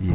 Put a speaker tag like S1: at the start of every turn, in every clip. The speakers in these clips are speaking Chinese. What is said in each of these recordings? S1: 以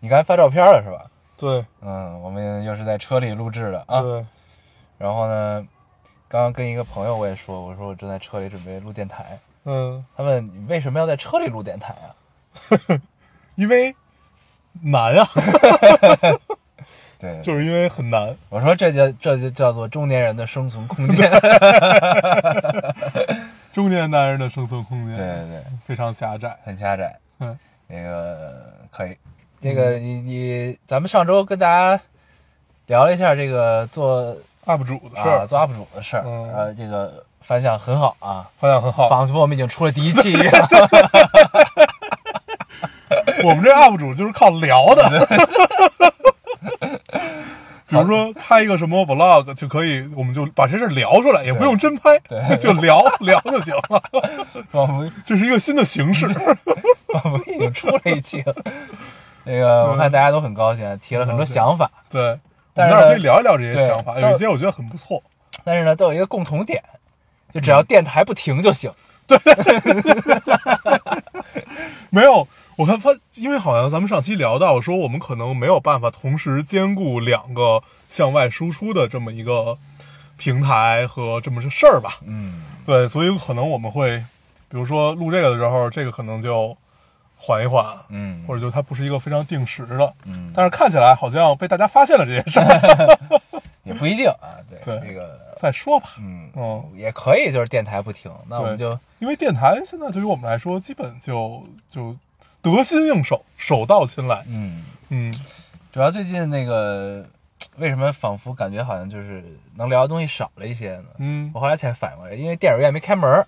S1: 你刚才发照片了是吧？
S2: 对
S1: 嗯，我们又是在车里录制的啊。
S2: 对，
S1: 然后呢，刚刚跟一个朋友我也说，我说我正在车里准备录电台。
S2: 嗯，
S1: 他问你为什么要在车里录电台啊？
S2: 因为难啊，
S1: 对，
S2: 就是因为很难。
S1: 我说这叫这就叫做中年人的生存空间。
S2: 中年男人的生存空
S1: 对
S2: 间
S1: 对对，
S2: 非常狭窄。
S1: 很狭窄。
S2: 嗯，
S1: 那个可以，嗯这个你你咱们上周跟大家聊了一下这个做
S2: UP 主的事
S1: 啊
S2: 儿
S1: 做 UP 主的事儿，
S2: 嗯
S1: 呃，这个反响很好啊，
S2: 好像很好。
S1: 仿佛我们已经出了第一期一样。
S2: 我们这 UP 主就是靠聊的。 比如说拍一个什么 vlog 就可以，我们就把这事儿聊出来，也不用真拍，
S1: 对
S2: 就聊聊就行了。
S1: 仿佛
S2: 这是一个新的形式。
S1: 仿佛已经出了一期了。那
S2: 嗯
S1: 个我看大家都很高兴，啊提了很多想法，
S2: 对，我
S1: 但
S2: 们
S1: 是
S2: 这儿
S1: 呢
S2: 可以聊一聊这些
S1: 对
S2: 想法，
S1: 但
S2: 有一些我觉得很不错。
S1: 但是呢，都有一个共同点，就只要电台不停就行。
S2: 没有，我看发，因为好像咱们上期聊到说，我们可能没有办法同时兼顾两个向外输出的这么一个平台和这么个事儿吧。
S1: 嗯，
S2: 对，所以有可能我们会，比如说录这个的时候，这个可能就缓一缓，
S1: 嗯
S2: 或者就它不是一个非常定时的。
S1: 嗯
S2: 但是看起来好像被大家发现了这件事 儿，
S1: 也不一定啊。对，
S2: 对
S1: 这个
S2: 再说吧。
S1: 嗯
S2: 嗯，
S1: 也可以，就是电台不停，那我们
S2: 对
S1: 就
S2: 因为电台现在对于我们来说，基本就就得心应手，手到擒来。
S1: 嗯，
S2: 嗯，
S1: 主要最近那个为什么仿佛感觉好像就是能聊的东西少了一些呢？
S2: 嗯
S1: 我后来才反应过来，因为电影院没开门儿，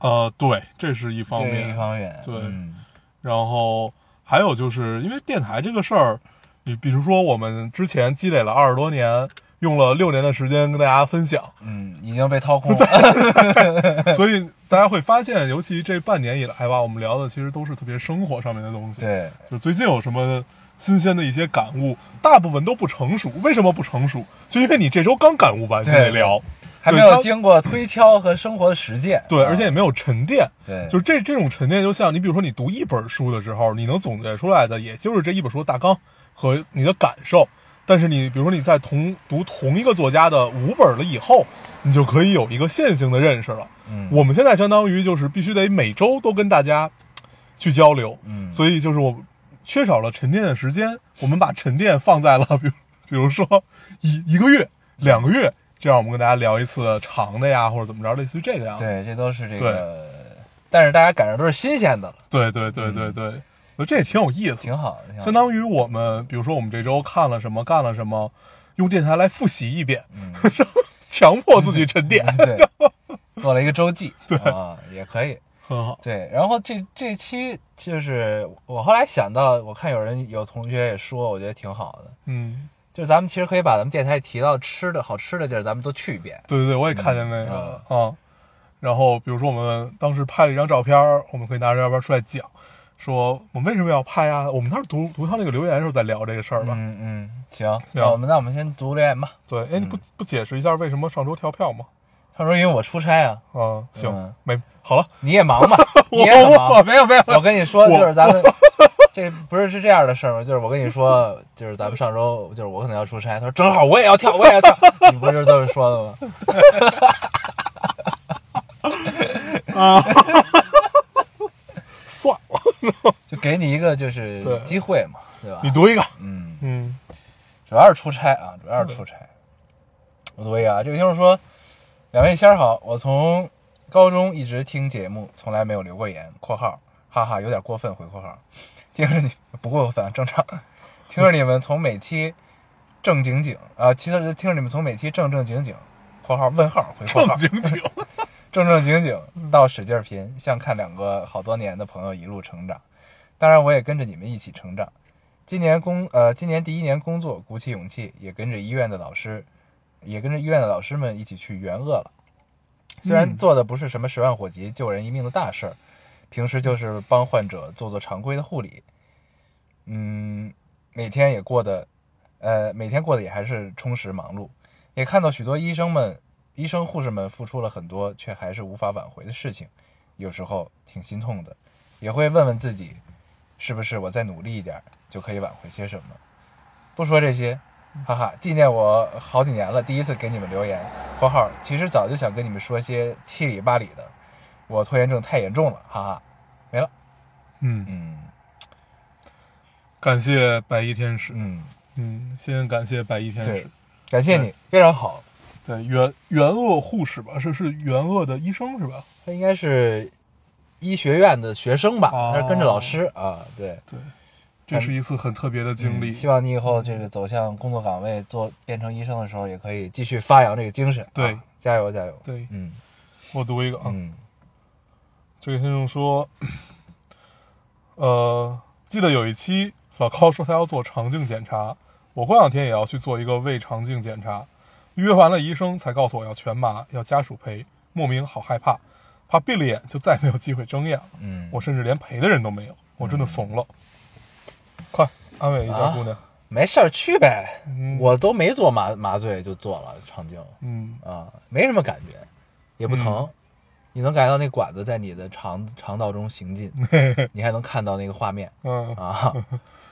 S2: 呃，对，这是一方
S1: 这
S2: 面
S1: 是一。方面。
S2: 对
S1: 嗯
S2: 然后还有就是因为电台这个事儿，你比如说我们之前积累了二十多年，用了六年的时间跟大家分 享，
S1: 嗯，已经被掏空了。
S2: 所以大家会发现，尤其这半年以来吧，我们聊的其实都是特别生活上面的东西。，
S1: 对，
S2: 就最近有什么新鲜的一些感悟，大部分都不成熟。为什么不成熟？就因为你这周刚感悟完就得聊，
S1: 还没
S2: 对
S1: 有
S2: 它
S1: 经过推敲和生活的实践。
S2: 对，
S1: 啊
S2: 而且也没有沉淀。
S1: 对，
S2: 就是这这种沉淀，就像你比如说你读一本书的时候，你能总结出来的，也就是这一本书的大纲和你的感受。但是你比如说你在同读同一个作家的五本了以后，你就可以有一个线性的认识了。
S1: 嗯
S2: 我们现在相当于就是必须得每周都跟大家去交流，
S1: 嗯
S2: 所以就是我缺少了沉淀的时间，我们把沉淀放在了比如比如说一一个月、两个月，这样我们跟大家聊一次长的呀，或者怎么着，类似于这个样子。
S1: 啊对，这都是这个，但是大家赶上都是新鲜的了，
S2: 对对对对对，我觉得这也嗯挺有意思的，
S1: 挺好的。挺好
S2: 相当于我们，比如说我们这周看了什么，干了什么，用电台来复习一遍， 强迫自己沉淀，
S1: 的对，做了一个周记，对啊，也可以。
S2: 很好。
S1: 对，然后这这期就是我后来想到，我看有人有同学也说，我觉得挺好的，
S2: 嗯，
S1: 就是咱们其实可以把咱们电台提到吃的好吃的地儿，咱们都去一遍。
S2: 对对对，我也看见那个了啊。然后比如说我们当时拍了一张照片儿，我们可以拿着照片儿出来讲，说我们为什么要拍啊？我们当时读读他那个留言的时候在聊这个事儿吧。
S1: 嗯嗯，行，那我们那我们先读留言吧。
S2: 对，哎，你不不解释一下为什么上周跳票吗？
S1: 他说因为我出差啊，
S2: 啊，行，
S1: 嗯
S2: 没好了，
S1: 你也 忙吧，你
S2: 我
S1: 也很忙
S2: 我我没有没有，
S1: 我跟你说，
S2: 我
S1: 就是 咱们这不是是这样的事儿吗？就是我跟你说，就是咱们上周就是我可能要出差，他说正好我也要跳，我也要 跳，你不是这么说的吗？
S2: 算了，
S1: 就给你一个就是
S2: 对
S1: 机会嘛，对吧
S2: 你？读一个，
S1: 嗯，
S2: 嗯
S1: 主要是出差啊，主要是出差。我读一个啊，这个听众说，两位仙儿好，我从高中一直听节目，从来没有留过言（ 括号哈哈，有点过分）回括号，听着你不过分啊正常，听着你们从每期正经经啊，其实听着你们从每期正正经经（括号问号回括
S2: 正
S1: 号
S2: 经经。
S1: 正正经经到使劲儿拼，像看两个好多年的朋友一路成长。当然，我也跟着你们一起成长。今年工呃，今年第一年工作，鼓起勇气，也跟着医院的老师，也跟着医院的老师们一起去援鄂了。虽然
S2: 嗯
S1: 做的不是什么十万火急、救人一命的大事儿，平时就是帮患者做做常规的护理。嗯，每天也过得，呃，每天过得也还是充实忙碌，也看到许多医生们、医生护士们付出了很多，却还是无法挽回的事情，有时候挺心痛的，也会问问自己，是不是我再努力一点儿就可以挽回些什么？不说这些，哈哈，纪念我好几年了，第一次给你们留言（括号其实早就想跟你们说些七里八里的，我拖延症太严重了，哈哈，没了。
S2: 嗯，
S1: 嗯
S2: 感谢白衣天使，
S1: 嗯，
S2: 嗯，先感谢白衣天
S1: 对
S2: 使，，
S1: 感谢你，非常好。
S2: 对，援援鄂护士吧，是是援鄂的医生是吧？
S1: 他应该是医学院的学生吧？
S2: 哦
S1: 他是跟着老师啊，对。
S2: 对，这是一次很特别的经历
S1: 嗯嗯，希望你以后这个走向工作岗位，做变成医生的时候，也可以继续发扬这个精神。
S2: 对
S1: 啊加油加油！
S2: 对
S1: 嗯
S2: 我读一个啊，
S1: 嗯
S2: 这个听众说，呃，记得有一期老高说他要做肠镜检查，我过两天也要去做一个胃肠镜检查，预约完了医生才告诉我要全麻，要家属陪，莫名好害怕，怕闭了眼就再没有机会睁眼了，
S1: 嗯，
S2: 我甚至连陪的人都没有，我真的怂了，快安慰一下
S1: 啊
S2: 姑娘，
S1: 没事儿去呗，
S2: 嗯
S1: 我都没做麻麻醉就做了肠镜
S2: 嗯
S1: 啊，没什么感觉，也不疼。你能感觉到那管子在你的肠肠道中 行进，你还能看到那个画面
S2: 嗯，
S1: 啊。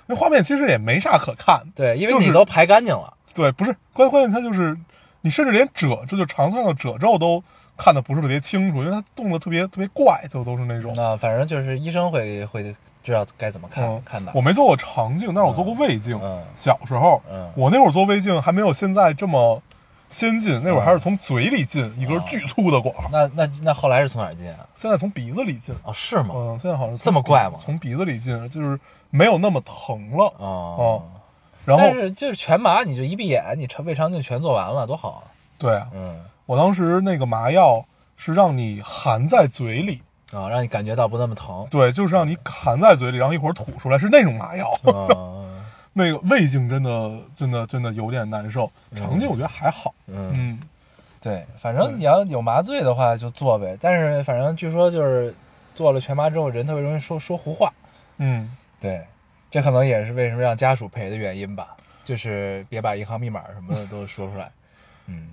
S2: 那画面其实也没啥可看的，
S1: 对，因为
S2: 就是
S1: 你都排干净了。
S2: 对，不是关关键，它就是你甚至连褶，这就肠子上的褶皱都看的不是特别清楚，因为它动的特别特别怪，就都是那种。
S1: 那反正就是医生会会知道该怎么看、
S2: 嗯
S1: 看的。
S2: 我没做过肠镜，但是我做过胃镜。
S1: 嗯
S2: 小时候，
S1: 嗯
S2: 我那会儿做胃镜还没有现在这么先进，那会儿
S1: 嗯
S2: 还是从嘴里进一根
S1: 哦
S2: 巨粗的管儿，
S1: 那那那后来是从哪儿进啊？
S2: 现在从鼻子里进。
S1: 哦，是吗？
S2: 嗯，现在好像是
S1: 这么
S2: 从鼻
S1: 怪吗
S2: 从鼻子里进，就是没有那么疼了。嗯
S1: 哦，
S2: 然后
S1: 但是就是全麻，你就一闭眼，你肠胃肠镜全做完了，多好啊！
S2: 对啊，
S1: 嗯
S2: 我当时那个麻药是让你含在嘴里，
S1: 啊，让你感觉到不那么疼。
S2: 对，就是让你含在嘴里，然后一会儿吐出来，是那种麻药。
S1: 嗯
S2: 那个胃镜真的真的真的有点难受，肠镜我觉得还好。
S1: 嗯，
S2: 嗯，
S1: 对，反正你要有麻醉的话就做呗，但是反正据说就是做了全麻之后，人特别容易说说胡话。
S2: 嗯，
S1: 对，这可能也是为什么让家属陪的原因吧，就是别把银行密码什么的都说出来。嗯，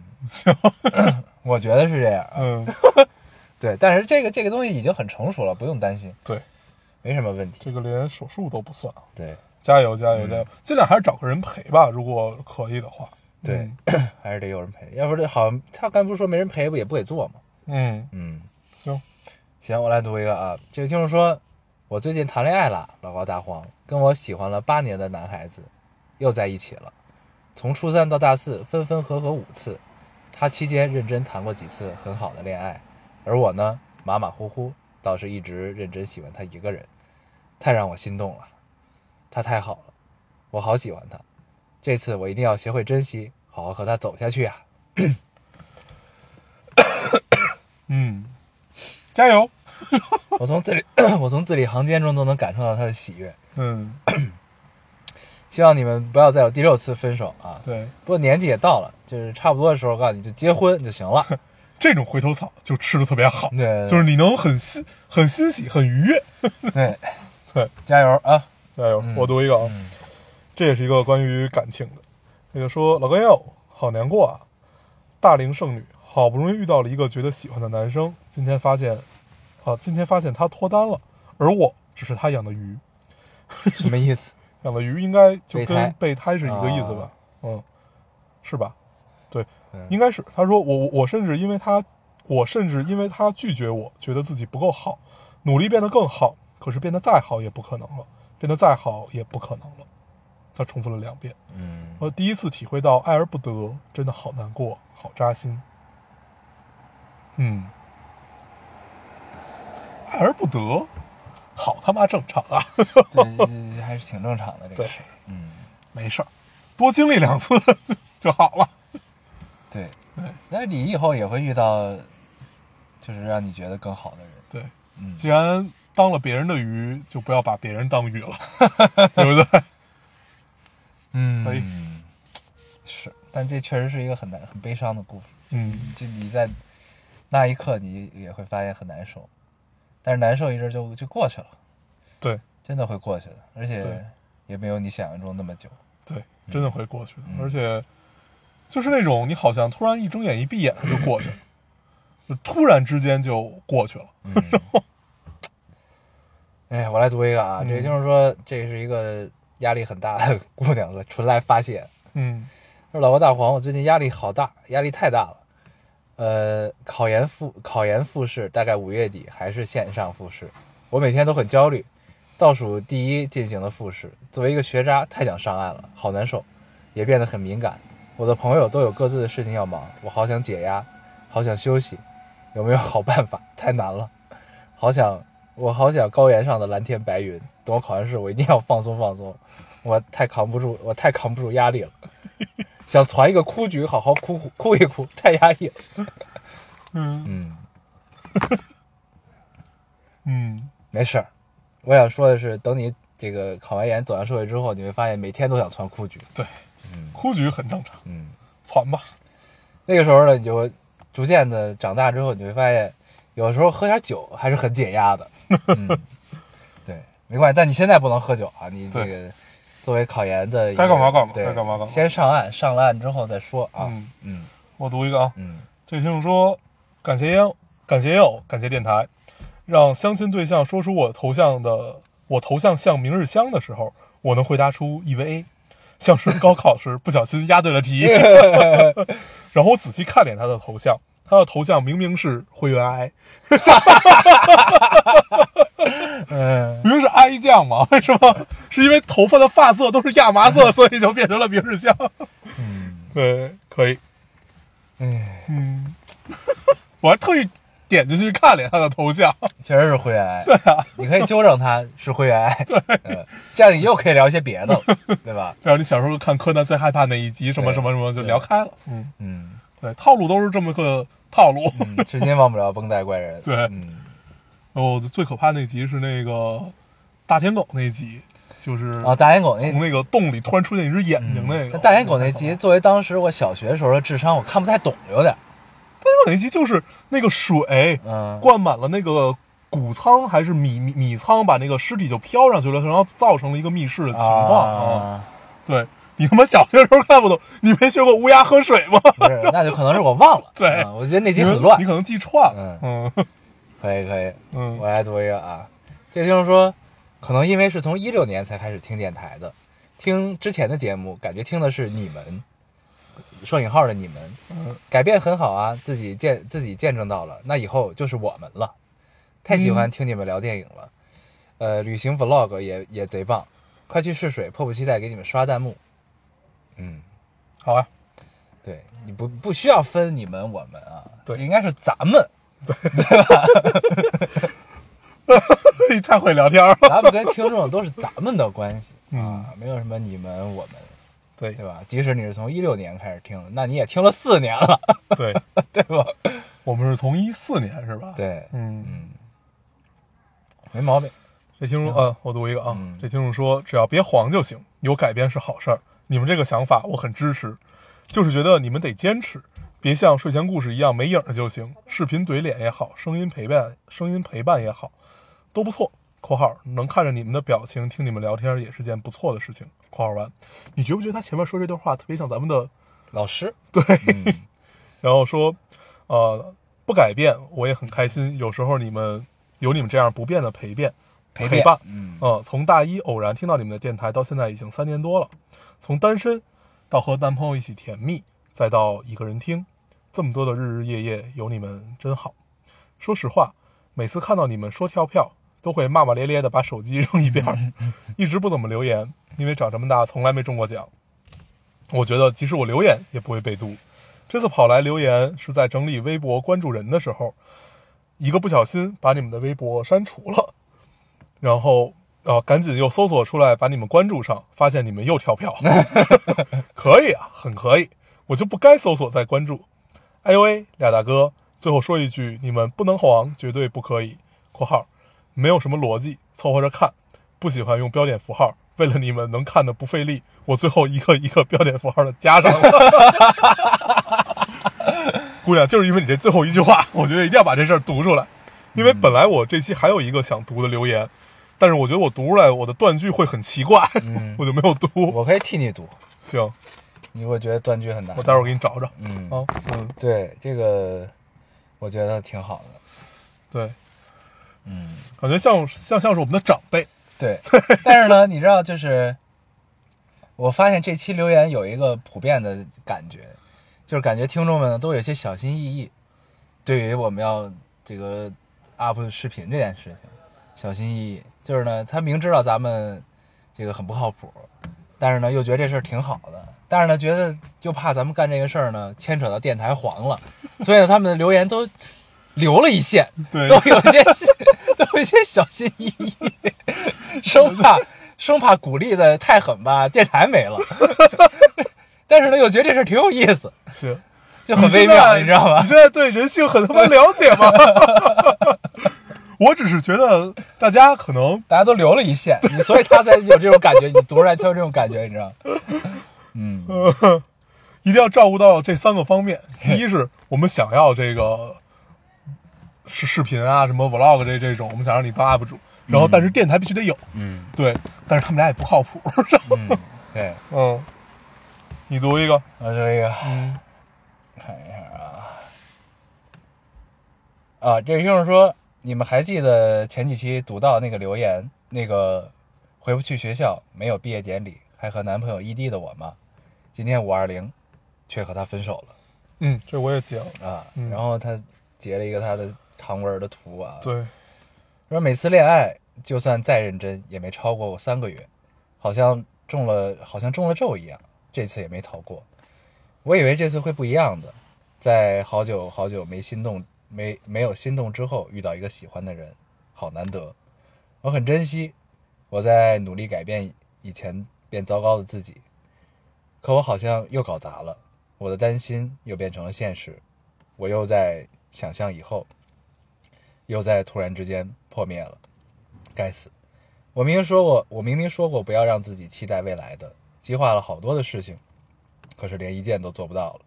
S1: 我觉得是这样。啊
S2: 嗯，
S1: 对，但是这个这个东西已经很成熟了，不用担心，
S2: 对，
S1: 没什么问题。
S2: 这个连手术都不算啊，
S1: 对
S2: 加油加油
S1: 嗯
S2: 加油！尽量还是找个人陪吧，如果可以的话。
S1: 对， 还是得有人陪，要不这好像他刚才不是说没人陪不也不给做吗？
S2: 嗯，
S1: 嗯，
S2: 行，
S1: 行，我来读一个啊，这个听众说，我最近谈恋爱了，老高大黄，跟我喜欢了八年的男孩子又在一起了，从初三到大四分分合合五次，他期间认真谈过几次很好的恋爱，而我呢马马虎虎，倒是一直认真喜欢他一个人，太让我心动了，他太好了，我好喜欢他，这次我一定要学会珍惜，好好和他走下去啊！
S2: 嗯，加油。
S1: 我从字里 我从字里行间中都能感受到他的喜悦。
S2: 嗯，
S1: 希望你们不要再有第六次分手啊！
S2: 对，
S1: 不过年纪也到了，就是差不多的时候，我告诉你就结婚就行 了。
S2: 这种回头草就吃的特别好，
S1: 对
S2: 就是你能很欣很欣喜很愉悦。
S1: 对，
S2: 对，
S1: 加油啊！
S2: 加油！
S1: 嗯
S2: 我读一个啊，这也是一个关于感情的。那个说老哥哟，好难过啊！大龄剩女，好不容易遇到了一个觉得喜欢的男生，今天发现，啊，今天发现他脱单了，而我只是他养的鱼，
S1: 什么意思？
S2: 养的鱼应该就
S1: 备胎
S2: 跟备胎是一个意思吧
S1: 啊？
S2: 嗯，是吧？对，
S1: 嗯
S2: 应该是。他说我我我甚至因为他，我甚至因为他拒绝我，觉得自己不够好，努力变得更好，可是变得再好也不可能了，变得再好也不可能了。他重复了两遍，
S1: 嗯，
S2: 我第一次体会到爱而不得，真的好难过，好扎心。嗯，爱而不得，好他妈正常啊，
S1: 对，还是挺正常的这个
S2: 对
S1: 事。嗯，
S2: 没事儿，多经历两次 就好了。
S1: 对。那你以后也会遇到，就是让你觉得更好的人。
S2: 对，
S1: 嗯
S2: 既然当了别人的鱼，就不要把别人当鱼了，对不对？嗯，
S1: 哎，是，但这确实是一个很难、很悲伤的故事。
S2: 嗯，
S1: 就你在那一刻，你也会发现很难受，但是难受一阵儿就就过去了，
S2: 对
S1: 真的会过去的，而
S2: 对
S1: 且也没有你想象中那么久。
S2: 对，
S1: 嗯
S2: 真的会过去的，而且就是那种你好像突然一睁眼一闭眼它就过去了，就突然之间就过去了。
S1: 哎，我来读一个啊，
S2: 嗯
S1: 这就是说，这是一个压力很大的 姑娘了，纯来发泄。
S2: 嗯
S1: 说老婆大黄，我最近压力好大，压力太大了。呃，考研复考研复试大概五月底还是线上复试，我每天都很焦虑。倒数第一进行的复试，作为一个学渣，太想上岸了，好难受，也变得很敏感。我的朋友都有各自的事情要忙，我好想解压，好想休息，有没有好办法？太难了，好想我好想高原上的蓝天白云。等我考完试，我一定要放松放松，我太扛不住，我太扛不住压力了。想攒一个哭局，好好哭哭哭一哭，太压抑了。
S2: 嗯
S1: 嗯，
S2: 嗯，
S1: 没事儿。我想说的是，等你这个考完研走上社会之后，你会发现每天都想攒哭局。
S2: 对，嗯哭局很正常，
S1: 嗯，
S2: 攒吧。
S1: 那个时候呢，你就逐渐的长大之后，你会发现，有时候喝点酒还是很解压的。嗯，对，没关系。但你现在不能喝酒啊，你这个作为考研的一个，
S2: 该干嘛干嘛
S1: 对
S2: 该干嘛干嘛
S1: 先上岸，上了岸之后再说啊。
S2: 嗯
S1: 嗯
S2: 我读一个啊，
S1: 嗯
S2: 这个听众说，感谢烟，感谢烟友，感谢电台，让相亲对象说出我头像的我头像像明日香的时候，我能回答出 E EVA，像是高考时不小心押对了题。然后我仔细看脸他的头像，他的头像明明是灰原哀，
S1: 嗯，
S2: 明明是哀酱嘛，为什么？是因为头发的发色都是亚麻色，所以就变成了明日香。对，可以，
S1: 哎，
S2: 嗯，我还特意点进去看脸他的头像。
S1: 确实是灰原哀。对啊，你可以纠正他是灰原 哀。对、这样你又可以聊一些别的了， 对吧？
S2: 然后你小时候看柯南最害怕那一集什么
S1: 对
S2: 什么什么就聊开了，嗯，
S1: 嗯，
S2: 对，套路都是这么个套路。
S1: 嗯至今忘不了绷带怪人。
S2: 对
S1: 嗯，
S2: 然后最可怕那集是那个大天狗那集，就是
S1: 啊，大眼狗那嗯
S2: 从那个洞里突然出现一只眼睛那个。
S1: 但大眼狗那集，作为当时我小学时候的智商，我看不太懂，有点儿。
S2: 大天狗那集就是那个水
S1: 嗯，
S2: 灌满了那个谷仓还是米米米仓，把那个尸体就飘上去了，然后造成了一个密室的情况啊。
S1: 啊，
S2: 对你他妈小学时候看不懂，你没学过乌鸦喝水吗？
S1: 不是，那就可能是我忘了。
S2: 对
S1: 嗯我觉得那集
S2: 你
S1: 很
S2: 可
S1: 乱
S2: 你。可能记串了。嗯
S1: 可以可以，
S2: 嗯
S1: 我来读一个啊。这个听众说，可能因为是从一六年才开始听电台的，听之前的节目，感觉听的是你们，双引号的你们，
S2: 嗯
S1: 改变很好啊，自己见自己见证到了，那以后就是我们了。太喜
S2: 嗯
S1: 欢听你们聊电影了，呃，旅行 vlog 也也贼棒，快去试水，迫不及待给你们刷弹幕。嗯，
S2: 好啊。
S1: 对，你不不需要分你们我们啊，
S2: 对
S1: 应该是咱们，
S2: 你太会聊天儿了。
S1: 咱们跟听众都是咱们的关系。
S2: 嗯，
S1: 啊，没有什么你们我们，
S2: 对
S1: 对吧？即使你是从一六年开始听的，那你也听了四年了，
S2: 对，
S1: 对吧？
S2: 我们是从一四年是吧？，
S1: 对，
S2: 嗯，
S1: 嗯，没毛病。
S2: 这听众，嗯，我读一个啊
S1: 嗯，
S2: 这听众说，只要别黄就行，有改变是好事儿。你们这个想法我很支持，就是觉得你们得坚持，别像睡前故事一样没影儿就行。视频怼脸也好，声音陪伴，声音陪伴也好，都不错。（括号能看着你们的表情，听你们聊天也是件不错的事情。）（括号完）你觉不觉得他前面说这段话特别像咱们的
S1: 老师，
S2: 对？
S1: 嗯，
S2: 然后说，呃，不改变我也很开心。有时候你们有你们这样不变的陪伴，
S1: 陪
S2: 陪
S1: 伴
S2: 伴，
S1: 嗯
S2: 呃，从大一偶然听到你们的电台到现在已经三年多了，从单身到和男朋友一起甜蜜，再到一个人听，这么多的日日夜夜有你们真好。说实话，每次看到你们说跳票，都会骂骂咧咧的把手机 扔一边儿，一直不怎么留言，因为长这么大从来没中过奖。我觉得即使我留言也不会被读。这次跑来留言是在整理微博关注人的时候，一个不小心把你们的微博删除了，然后啊、呃赶紧又搜索出来把你们关注上，发现你们又跳票， 可以啊，很可以，我就不该搜索再关注。哎呦喂，俩大哥，最后说一句，你们不能黄，绝对不可以。（括号没有什么逻辑，凑合着看，不喜欢用标点符号，为了你们能看的不费力，我最后一个一个标点符号的加上了。姑娘，就是因为你这最后一句话，我觉得一定要把这事儿读出来，因为本来我这期还有一个想读的留言，但是我觉得我读出来我的断句会很奇怪，
S1: 嗯
S2: 我就没有读。
S1: 我可以替你读，
S2: 行，
S1: 你如果觉得断句很难，
S2: 我待会儿给你找找。
S1: 嗯，
S2: 啊，嗯，
S1: 对这个，我觉得挺好的。
S2: 对，
S1: 嗯，
S2: 感觉像像像是我们的长辈，
S1: 对，但是呢，你知道，就是我发现这期留言有一个普遍的感觉，就是感觉听众们呢都有些小心翼翼，对于我们要这个 up 视频这件事情，小心翼翼。就是呢，他明知道咱们这个很不靠谱，但是呢又觉得这事儿挺好的，但是呢觉得又怕咱们干这个事儿呢牵扯到电台黄了，所以呢他们的留言都留了一线，
S2: 对
S1: 都有些 都有些小心翼翼，生怕生怕鼓励的太狠吧，电台没了。 但是呢，又觉得这事儿挺有意思，
S2: 行。
S1: 就很微妙，你知道吗
S2: 你？现在对人性很他妈了解吗？ 我只是觉得大家可能
S1: 大家都留了一线，你所以他才有这种感觉，你读出来才有这种感觉，你知道吗？嗯，
S2: 呃一定要照顾到这三个方面。第一是我们想要这个视视频啊，什么 vlog 这这种，我们想让你当 UP 主，然后但是电台必须得有，
S1: 嗯
S2: 对，但是他们俩也不靠谱。
S1: 嗯，对，
S2: 嗯，你读一个，
S1: 我这个
S2: 嗯
S1: 看一下啊，啊，这就是说，你们还记得前几期读到那个留言，那个回不去学校，没有毕业典礼，还和男朋友异地的我吗？今天五二零，却和他分手
S2: 嗯，这我也截了，
S1: 了啊。
S2: 嗯
S1: 然后他截了一个他的长文的图啊，
S2: 对，
S1: 说每次恋爱就算再认真，也没超过三个月，好像中了好像中了咒一样，这次也没逃过。我以为这次会不一样的，在好久好久没心动没没有心动之后，遇到一个喜欢的人，好难得，我很珍惜。我在努力改变以前变糟糕的自己，可我好像又搞砸了，我的担心又变成了现实，我又在想象以后，又在突然之间破灭了。该死！我明明说过，我明明说过不要让自己期待未来的，计划了好多的事情，可是连一件都做不到了。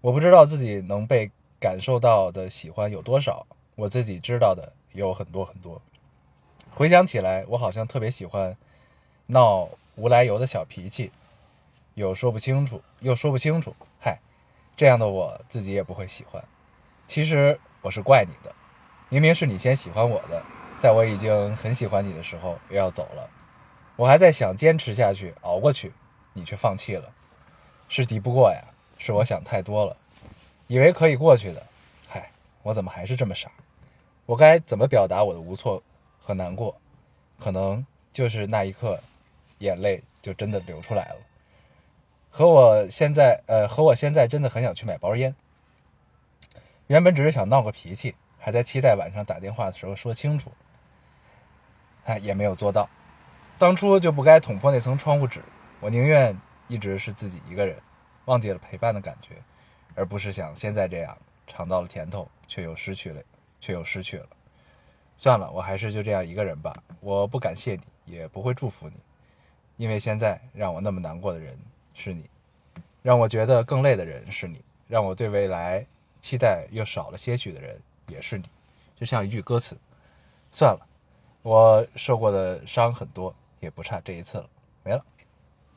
S1: 我不知道自己能被感受到的喜欢有多少，我自己知道的也有很多很多。回想起来，我好像特别喜欢闹无来由的小脾气，有说不清楚，又说不清楚。嗨，这样的我自己也不会喜欢。其实我是怪你的，明明是你先喜欢我的，在我已经很喜欢你的时候又要走了，我还在想坚持下去，熬过去，你却放弃了，是敌不过呀，是我想太多了，以为可以过去的，嗨，我怎么还是这么傻？我该怎么表达我的无措和难过？可能就是那一刻，眼泪就真的流出来了。和我现在，呃，和我现在真的很想去买包烟，原本只是想闹个脾气，还在期待晚上打电话的时候说清楚，哎，也没有做到。当初就不该捅破那层窗户纸，我宁愿一直是自己一个人，忘记了陪伴的感觉，而不是像现在这样尝到了甜头，却又失去了，却又失去了。算了，我还是就这样一个人吧。我不感谢你，也不会祝福你，因为现在让我那么难过的人是你，让我觉得更累的人是你，让我对未来期待又少了些许的人也是你。就像一句歌词，算了，我受过的伤很多，也不差这一次了，没了。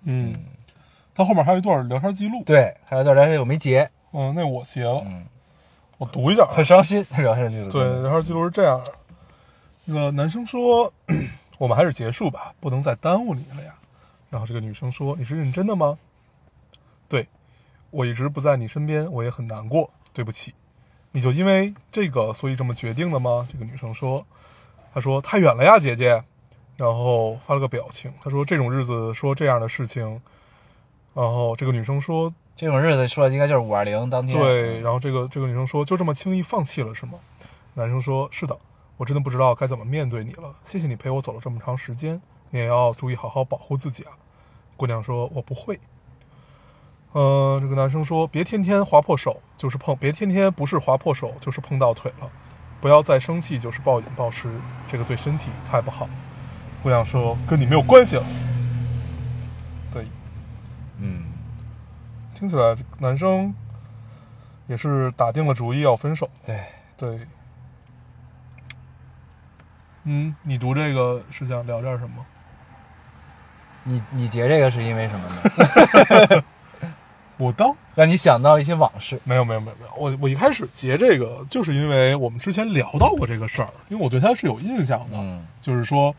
S2: 嗯，他后面还有一段聊天记录，
S1: 对，还有一段聊天我没截，
S2: 嗯，那我截了，
S1: 嗯，
S2: 我读一下啊，
S1: 很伤心。 聊天记录，
S2: 对，然后记录是这样的，那个男生说：“ 我们还是结束吧，不能再耽误你了呀。”然后这个女生说：“你是认真的吗？”对，我一直不在你身边，我也很难过，对不起。你就因为这个，所以这么决定的吗？这个女生说：“她说太远了呀，姐姐。”然后发了个表情，她说：“这种日子说这样的事情。”然后这个女生说：“
S1: 这种日子说的应该就是五二零当天。
S2: 对，然后这个这个女生说：“就这么轻易放弃了是吗？”男生说：“是的，我真的不知道该怎么面对你了。谢谢你陪我走了这么长时间，你也要注意好好保护自己啊。”姑娘说：“我不会。”呃，这个男生说：“别天天划破手，就是碰；别天天不是划破手，就是碰到腿了。不要再生气，就是暴饮暴食，这个对身体太不好。”姑娘说跟你没有关系了。对，
S1: 嗯，
S2: 听起来这个男生也是打定了主意要分手。
S1: 对，
S2: 对，嗯，你读这个是想聊点什么？
S1: 你你截这个是因为什么呢？
S2: 我当
S1: 让你想到了一些往事。
S2: 没有没有没有没有，我我一开始截这个，就是因为我们之前聊到过这个事儿，因为我对他是有印象的，
S1: 嗯
S2: 就是说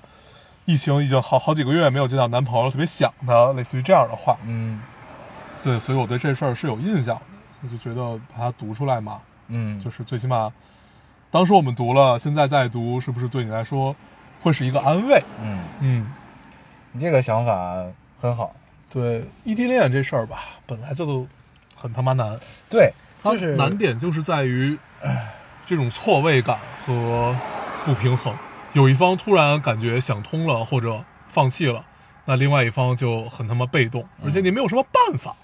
S2: 疫情已经好好几个月没有见到男朋友了，特别想他，类似于这样的话，
S1: 嗯
S2: 对，所以我对这事儿是有印象的，我就觉得把它读出来嘛，
S1: 嗯，
S2: 就是是最起码当时我们读了，现在再读，是不是对你来说会是一个安慰？
S1: 嗯，
S2: 嗯，
S1: 你这个想法很好。
S2: 对，异地恋这事儿吧，本来就都很他妈难，
S1: 对，
S2: 它
S1: 就是
S2: 难点就是在于这种错位感和不平衡，有一方突然感觉想通了或者放弃了，那另外一方就很他妈被动，而
S1: 嗯
S2: 且你没有什么办法，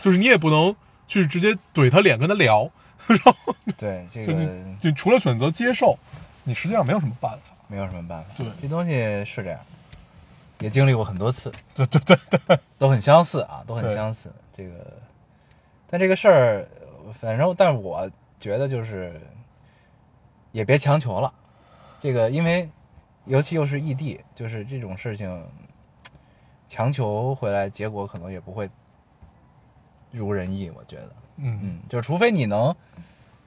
S2: 就是你也不能去直接怼他脸跟他聊， 然后
S1: 对这
S2: 就
S1: 个
S2: 你就除了选择接受，你实际上没有什么办法。
S1: 没有什么办法。
S2: 对
S1: 这东西是这样，也经历过很多次，
S2: 对对对对，
S1: 都很相似啊，都很
S2: 对
S1: 相似。这个，但这个事儿，呃反正但我觉得就是，也别强求了。这个，因为尤其又是异地，就是这种事情，强求回来结果可能也不会如人意。我觉得，
S2: 嗯
S1: 嗯，就是除非你能，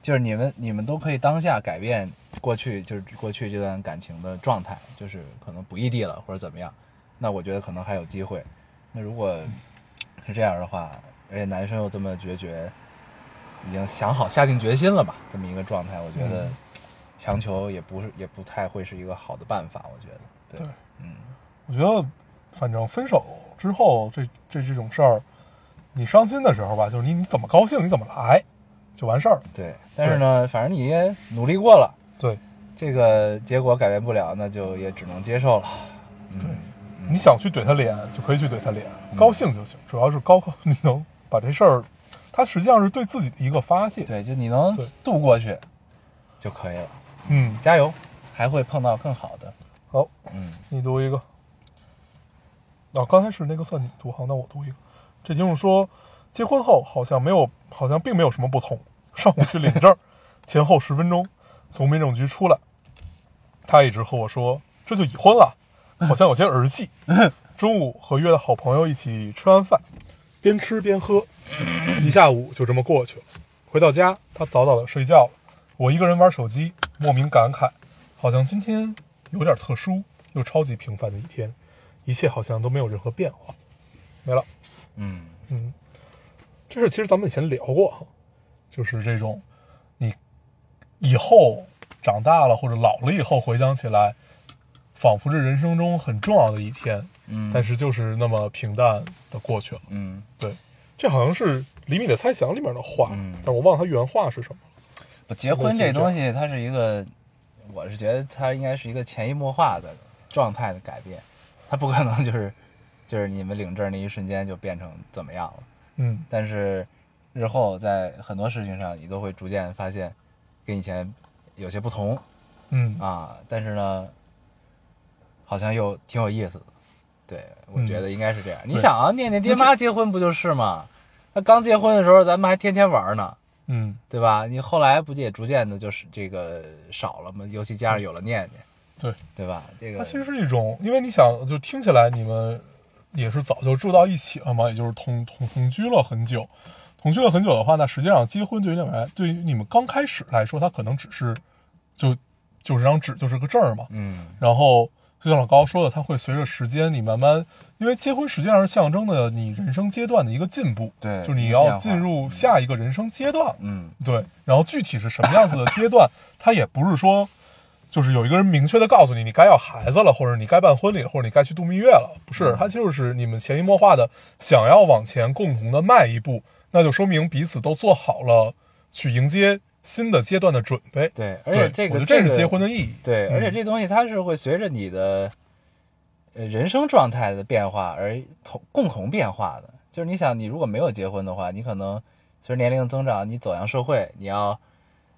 S1: 就是你们你们都可以当下改变过去，就是过去这段感情的状态，就是可能不异地了或者怎么样，那我觉得可能还有机会。那如果是这样的话，而且男生又这么决绝，已经想好下定决心了吧，这么一个状态，我觉得
S2: 嗯
S1: 强求也不是也不太会是一个好的办法，我觉得。对，
S2: 对
S1: 嗯
S2: 我觉得，反正分手之后，这这这种事儿，你伤心的时候吧，就是你你怎么高兴你怎么来，就完事儿了。
S1: 对。但是呢，反正你也努力过了，
S2: 对，
S1: 这个结果改变不了，那就也只能接受了。嗯、
S2: 对你想去怼他脸就可以去怼他脸，高兴就行，主要是高 你能把这事儿，它实际上是对自己的一个发泄。
S1: 对，就你能
S2: 对
S1: 度过去就可以了。
S2: 嗯，
S1: 加油，还会碰到更好的。
S2: 好，
S1: 嗯，
S2: 你读一个。啊，刚开始那个算你读，好，那我读一个。这题目说，结婚后好像没有，好像并没有什么不同。上午去领证儿，前后十分钟，从民政局出来，他一直和我说这就已婚了，好像有些儿戏。中午和约的好朋友一起吃完饭，边吃边喝，一下午就这么过去了。回到家，他早早的睡觉了，我一个人玩手机，莫名感慨，好像今天有点特殊又超级平凡的一天，一切好像都没有任何变化。没了，
S1: 嗯
S2: 嗯，这是其实咱们以前聊过哈，就是这种你以后长大了或者老了以后回想起来，仿佛是人生中很重要的一天，
S1: 嗯
S2: 但是就是那么平淡的过去了。
S1: 嗯，
S2: 对，这好像是《厘米的猜想》里面的话，
S1: 嗯
S2: 但我忘了它原话是什么了。
S1: 不结婚这东西，它是一个，我是觉得它应该是一个潜移默化的状态的改变，它不可能就是就是你们领证那一瞬间就变成怎么样了。
S2: 嗯，
S1: 但是日后在很多事情上，你都会逐渐发现跟以前有些不同
S2: 嗯，
S1: 啊，但是呢，好像又挺有意思的。对，我
S2: 嗯
S1: 觉得应该是这样。你
S2: 对
S1: 想啊，念念爹妈结婚不就是吗？那刚结婚的时候，咱们还天天玩呢，
S2: 嗯，
S1: 对吧？你后来不也逐渐的就是这个少了嘛，尤其加上有了念念，
S2: 对，
S1: 对吧？这
S2: 它
S1: 个
S2: 其实是一种，因为你想，就听起来你们也是早就住到一起了嘛，也就是同同同居了很久。同居了很久的话，那实际上结婚对于你们来，对于你们刚开始来说，它可能只是就就是张纸，就是个证儿嘛。
S1: 嗯
S2: 然后就像老高说的，它会随着时间你慢慢，因为结婚实际上是象征的你人生阶段的一个进步，
S1: 对
S2: 就是你
S1: 变
S2: 要
S1: 化
S2: 进入下一个人生阶段，
S1: 嗯
S2: 对。然后具体是什么样子的阶段，它也不是说就是有一个人明确的告诉你你该要孩子了，或者你该办婚礼了，或者你该去度蜜月了，不
S1: 嗯
S2: 是，它就是你们潜移默化的想要往前共同的迈一步，那就说明彼此都做好了去迎接新的阶段的准备。
S1: 对，而且
S2: 对
S1: 这
S2: 我觉
S1: 个
S2: 得这
S1: 个
S2: 是结婚的意义。
S1: 对，
S2: 嗯
S1: 而且这东西它是会随着你的呃人生状态的变化而同共同变化的。就是你想，你如果没有结婚的话，你可能随着年龄增长，你走向社会，你要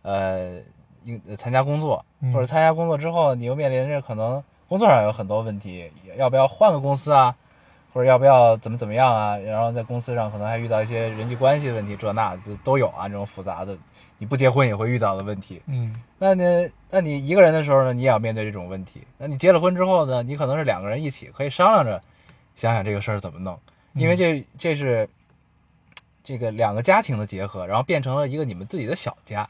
S1: 呃应参加工作，
S2: 嗯
S1: 或者参加工作之后，你又面临着可能工作上有很多问题，要不要换个公司啊，或者要不要怎么怎么样啊？然后在公司上可能还遇到一些人际关系问题，这那这都有啊，这种复杂的，你不结婚也会遇到的问题。
S2: 嗯
S1: 那你那你一个人的时候呢，你也要面对这种问题。那你结了婚之后呢，你可能是两个人一起可以商量着，想想这个事儿怎么弄，因为
S2: 嗯
S1: 这这是这个两个家庭的结合，然后变成了一个你们自己的小家，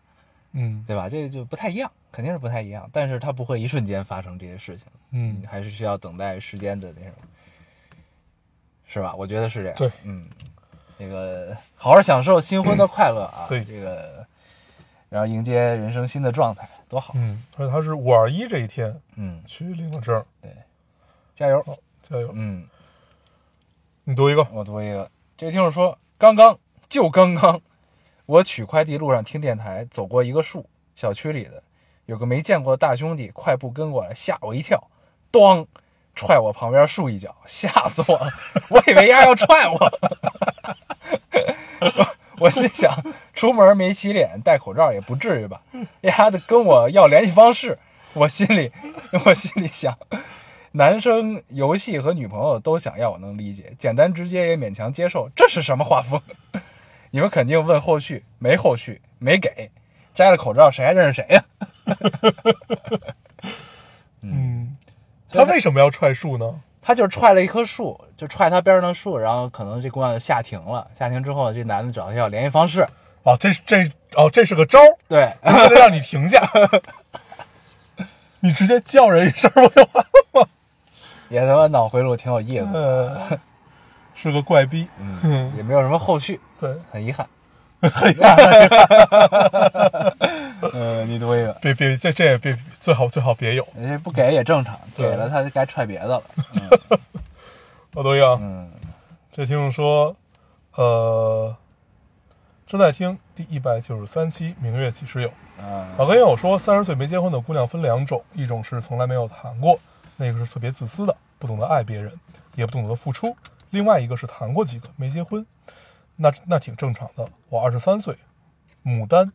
S2: 嗯
S1: 对吧？这就不太一样，肯定是不太一样。但是它不会一瞬间发生这些事情，
S2: 嗯，
S1: 还是需要等待时间的那什么，是吧？我觉得是这样。
S2: 对，
S1: 嗯，这个好好享受新婚的快乐啊，
S2: 对
S1: 这个，然后迎接人生新的状态，多好。
S2: 嗯，而且他是五二一这一天
S1: 嗯，
S2: 去领的证，
S1: 加油！
S2: 加油！
S1: 嗯，
S2: 你读一个，
S1: 我读一个，这个听众说，刚刚就刚刚，我取快递路上听电台，走过一个树，小区里的有个没见过的大兄弟快步跟过来，吓我一跳，咣，踹我旁边树一脚，吓死我了，我以为丫要踹我，我心想，出门没洗脸，戴口罩也不至于吧？丫的跟我要联系方式，我心里，我心里想，男生游戏和女朋友都想要，我能理解，简单直接也勉强接受，这是什么画风？你们肯定问后续，没后续，没给，摘了口罩谁还认识谁呀、
S2: 嗯，他为什么要踹树呢？
S1: 他就是踹了一棵树，就踹他边上的树，然后可能这姑娘就下停了，下停之后，这男的找他要联系方式，
S2: 哦，这是这哦，这是个招儿，
S1: 对，
S2: 为了让你停下， 你直接叫人一声不就完了？
S1: 也他妈脑回路挺有意思的，
S2: 呃，是个怪逼，
S1: 嗯，也没有什么后续，
S2: 对，
S1: 很遗憾。 呃，你读一个，
S2: 别别这这也别最好最好别有。
S1: 人家不给也正常，给
S2: 对
S1: 了他就该踹别的了。
S2: 我读一个啊，
S1: 嗯
S2: 这听众说，呃，正在听第一百九十三期《明月几时有》。
S1: 啊
S2: 老跟友说，三十岁没结婚的姑娘分两种，一种是从来没有谈过，那个是特别自私的，不懂得爱别人，也不懂得付出；另外一个是谈过几个没结婚，那那挺正常的。我二十三岁，牡丹，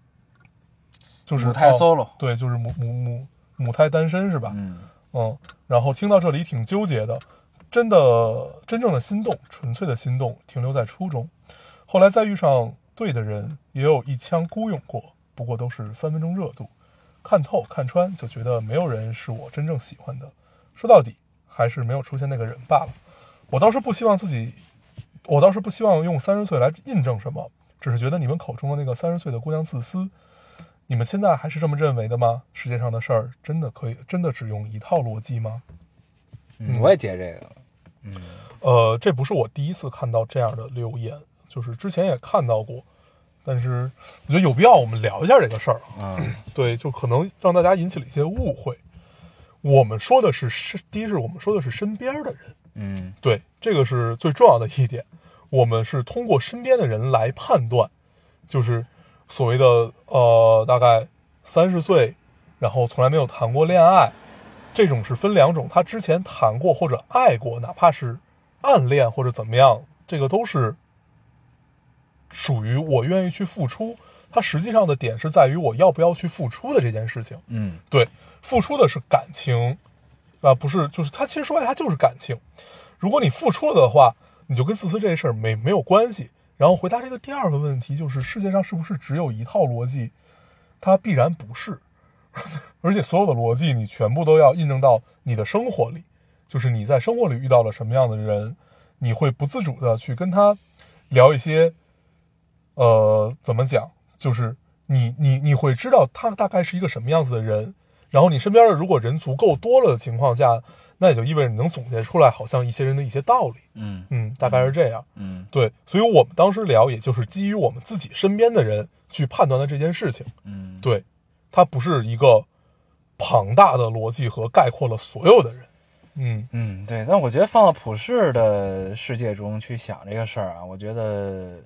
S2: 就是
S1: 母胎
S2: 哦
S1: solo
S2: 对，就是母母母母胎单身是吧？
S1: 嗯，
S2: 嗯，然后听到这里挺纠结的，真的真正的心动，纯粹的心动停留在初中，后来再遇上对的人，也有一腔孤勇过，不过都是三分钟热度，看透看穿就觉得没有人是我真正喜欢的，说到底还是没有出现那个人罢了。我倒是不希望自己，我倒是不希望用三十岁来印证什么，只是觉得你们口中的那个三十岁的姑娘自私，你们现在还是这么认为的吗？世界上的事儿真的可以，真的只用一套逻辑吗？
S1: 嗯我也接这个了。
S2: 呃，这不是我第一次看到这样的留言，就是之前也看到过，但是我觉得有必要我们聊一下这个事儿啊。
S1: 嗯
S2: 对，就可能让大家引起了一些误会。我们说的是是，第一是我们说的是身边的人，
S1: 嗯
S2: 对，这个是最重要的一点。我们是通过身边的人来判断，就是所谓的呃，大概三十岁，然后从来没有谈过恋爱，这种是分两种。他之前谈过或者爱过，哪怕是暗恋或者怎么样，这个都是属于我愿意去付出。它实际上的点是在于我要不要去付出的这件事情。
S1: 嗯
S2: 对，付出的是感情，啊，不是，就是他其实说白了，他就是感情。如果你付出了的话，你就跟自私这事儿没没有关系。然后回答这个第二个问题，就是世界上是不是只有一套逻辑？它必然不是， 而且所有的逻辑你全部都要印证到你的生活里，就是你在生活里遇到了什么样的人，你会不自主的去跟他聊一些，呃，怎么讲？就是你你你会知道他大概是一个什么样子的人，然后你身边的如果人足够多了的情况下，那也就意味着你能总结出来好像一些人的一些道理，
S1: 嗯
S2: 嗯，大概是这样。
S1: 嗯
S2: 对，所以我们当时聊，也就是基于我们自己身边的人去判断的这件事情。
S1: 嗯，
S2: 对，它不是一个庞大的逻辑和概括了所有的人。嗯
S1: 嗯对。但我觉得放到普世的世界中去想这个事儿啊，我觉得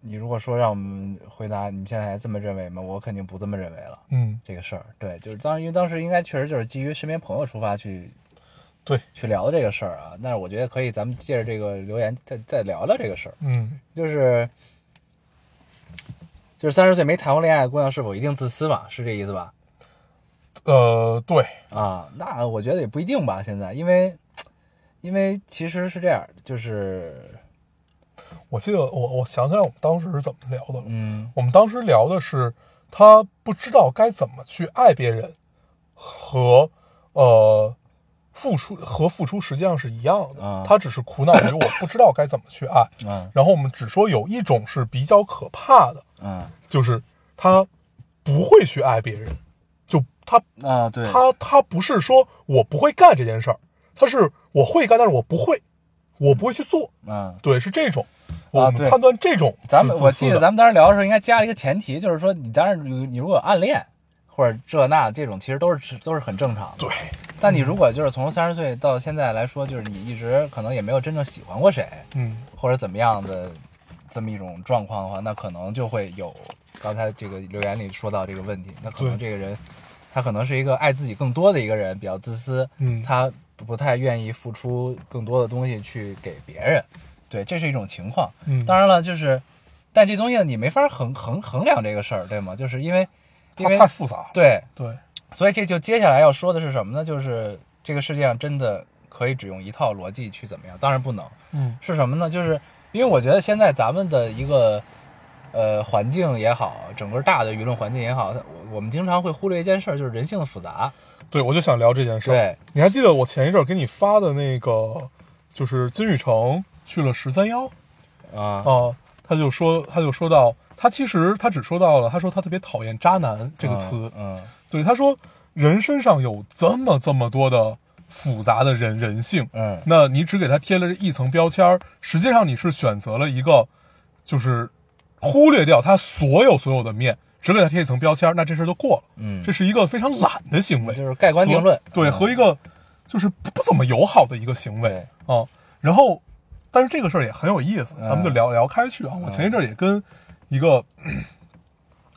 S1: 你如果说让我们回答，你现在还这么认为吗？我肯定不这么认为了。
S2: 嗯，
S1: 这个事儿，对，就是当因为当时应该确实就是基于身边朋友出发去
S2: 对，
S1: 去聊的这个事儿啊。但是我觉得可以，咱们借着这个留言再再聊聊这个事儿，
S2: 嗯
S1: 就是就是三十岁没谈过恋爱的姑娘是否一定自私嘛？是这意思吧？
S2: 呃，对，
S1: 啊，那我觉得也不一定吧。现在，因为因为其实是这样，就是
S2: 我记得我我想起来我们当时是怎么聊的了。
S1: 嗯，
S2: 我们当时聊的是他不知道该怎么去爱别人，和呃付出和付出实际上是一样的。
S1: 啊
S2: 他只是苦恼于我不知道该怎么去爱。
S1: 啊
S2: 然后我们只说有一种是比较可怕的，
S1: 啊
S2: 就是他不会去爱别人，就他
S1: 啊，对，
S2: 他他不是说我不会干这件事儿，他是我会干，但是我不会，我不会去做。
S1: 嗯，
S2: 对，是这种。我们
S1: 啊对
S2: 判断这种是自私的，
S1: 咱们我记得咱们当时聊的时候，应该加了一个前提，就是说你当然你你如果暗恋或者这那这种，其实都是都是很正常的。
S2: 对，
S1: 但你如果就是从三十岁到现在来说，就是你一直可能也没有真正喜欢过谁，
S2: 嗯，
S1: 或者怎么样的这么一种状况的话，那可能就会有刚才这个留言里说到这个问题，那可能这个人他可能是一个爱自己更多的一个人，比较自私，
S2: 嗯
S1: 他不太愿意付出更多的东西去给别人，对，这是一种情况。
S2: 嗯
S1: 当然了，就是但这东西你没法衡衡衡量这个事儿，对吗？就是因为因
S2: 它
S1: 为
S2: 太复杂了。
S1: 对，
S2: 对，
S1: 所以这就接下来要说的是什么呢？就是这个世界上真的可以只用一套逻辑去怎么样？当然不能，
S2: 嗯
S1: 是什么呢？就是因为我觉得现在咱们的一个呃环境也好，整个大的舆论环境也好，它我我们经常会忽略一件事儿，就是人性的复杂。，
S2: 对，我就想聊这件事。，
S1: 对，
S2: 你还记得我前一阵儿给你发的那个，就是金宇澄去了十三幺
S1: 啊
S2: 啊，他就说，他就说到，他其实他只说到了，他说他特别讨厌“渣男”这个词。
S1: 嗯
S2: 对，他说人身上有这么这么多的复杂的人人性，
S1: 嗯
S2: 那你只给他贴了一层标签儿，实际上你是选择了一个，就是忽略掉他所有所有的面，只给他贴一层标签儿，那这事儿就过了。
S1: 嗯，
S2: 这是一个非常懒的行为，
S1: 就是盖棺定论
S2: 和。对，
S1: 嗯
S2: 和一个就是不不怎么友好的一个行为啊。然后，但是这个事儿也很有意思，
S1: 嗯
S2: 咱们就聊聊开去啊。我前一阵儿也跟一个咳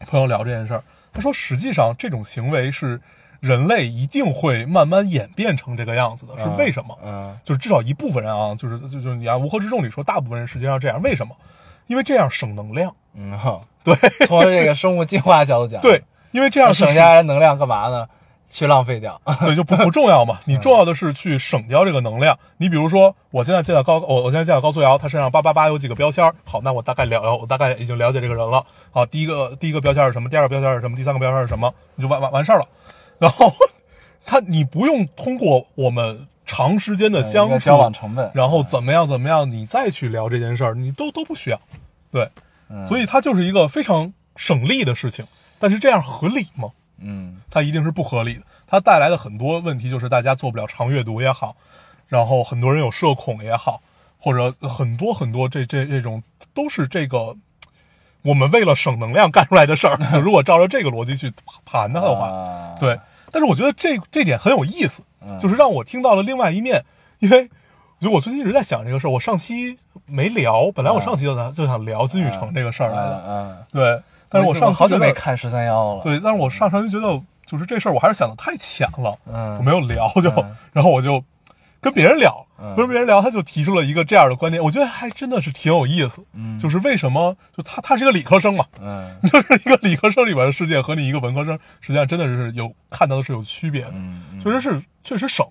S2: 朋友聊这件事儿，他说实际上这种行为是人类一定会慢慢演变成这个样子的，是
S1: 嗯
S2: 为什么？
S1: 嗯
S2: 就是至少一部分人啊，就是就就是你按无合之众里说，大部分人实际上这样，为什么？因为这样省能量，
S1: 嗯，好从这个生物进化角度讲，
S2: 对，因为这样
S1: 那
S2: 是啊
S1: 省下来能量干嘛呢？去浪费掉。
S2: 对，就不不重要嘛。你重要的是去省掉这个能量。你比如说，我现在见到高，我我现在见到高素瑶，她身上叭叭叭有几个标签儿。好，那我大概了，我大概已经了解这个人了。啊，第一个第一个标签儿是什么？第二个标签儿是什么？第三个标签儿是什么？你就完完完事儿了。然后他，你不用通过我们长时间的相
S1: 一个
S2: 处，
S1: 交往成本
S2: 然后怎么样怎么样，你再去聊这件事儿，你都都不需要。对，
S1: 嗯
S2: 所以它就是一个非常省力的事情。但是这样合理吗？
S1: 嗯
S2: 它一定是不合理的。它带来的很多问题就是大家做不了长阅读也好，然后很多人有社恐也好，或者很多很多这这这种都是这个我们为了省能量干出来的事儿。 如果照着这个逻辑去盘它的话，
S1: 啊
S2: 对。但是我觉得这这点很有意思，
S1: 嗯
S2: 就是让我听到了另外一面，因为。就我最近一直在想这个事儿，我上期没聊，本来我上期就想就想聊金宇澄这个事儿来
S1: 嗯
S2: 了，
S1: 嗯，
S2: 对，但是我上期
S1: 好久
S2: 觉得
S1: 没看十三幺了。
S2: 对，但是我上上期觉得就是这事儿，我还是想的太浅了，
S1: 嗯
S2: 我没有聊就，
S1: 嗯
S2: 然后我就跟别人聊，
S1: 嗯
S2: 跟别人聊，他就提出了一个这样的观点，我觉得还真的是挺有意思，
S1: 嗯
S2: 就是为什么就他他是一个理科生嘛，
S1: 嗯
S2: 就是一个理科生里边的世界和你一个文科生，实际上真的是有看到的是有区别的，
S1: 嗯
S2: 确实是确实省。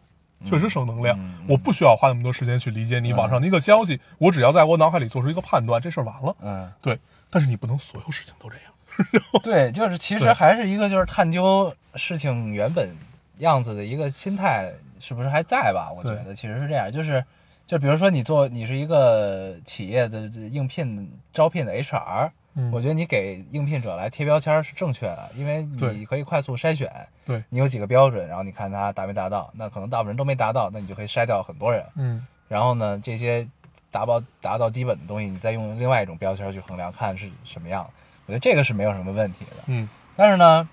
S2: 确实省能量，
S1: 嗯嗯
S2: 我不需要花那么多时间去理解你网上的一个消息，我只要在我脑海里做出一个判断，这事儿完了。
S1: 嗯，
S2: 对，但是你不能所有事情都这样。
S1: 对，就是其实
S2: 对
S1: 还是一个就是探究事情原本样子的一个心态是不是还在吧？我觉
S2: 对
S1: 得其实是这样，就是就比如说你做你是一个企业的应聘招聘的 HR，、
S2: 嗯
S1: 我觉得你给应聘者来贴标签是正确的，因为
S2: 对
S1: 你可以快速筛选，
S2: 对，
S1: 你有几个标准，然后你看他达没达到，那可能大部分人都没达到，那你就可以筛掉很多人，
S2: 嗯，
S1: 然后呢这些。达到达到基本的东西，你再用另外一种标签去衡量，看是什么样的。我觉得这个是没有什么问题的。
S2: 嗯
S1: 但是呢，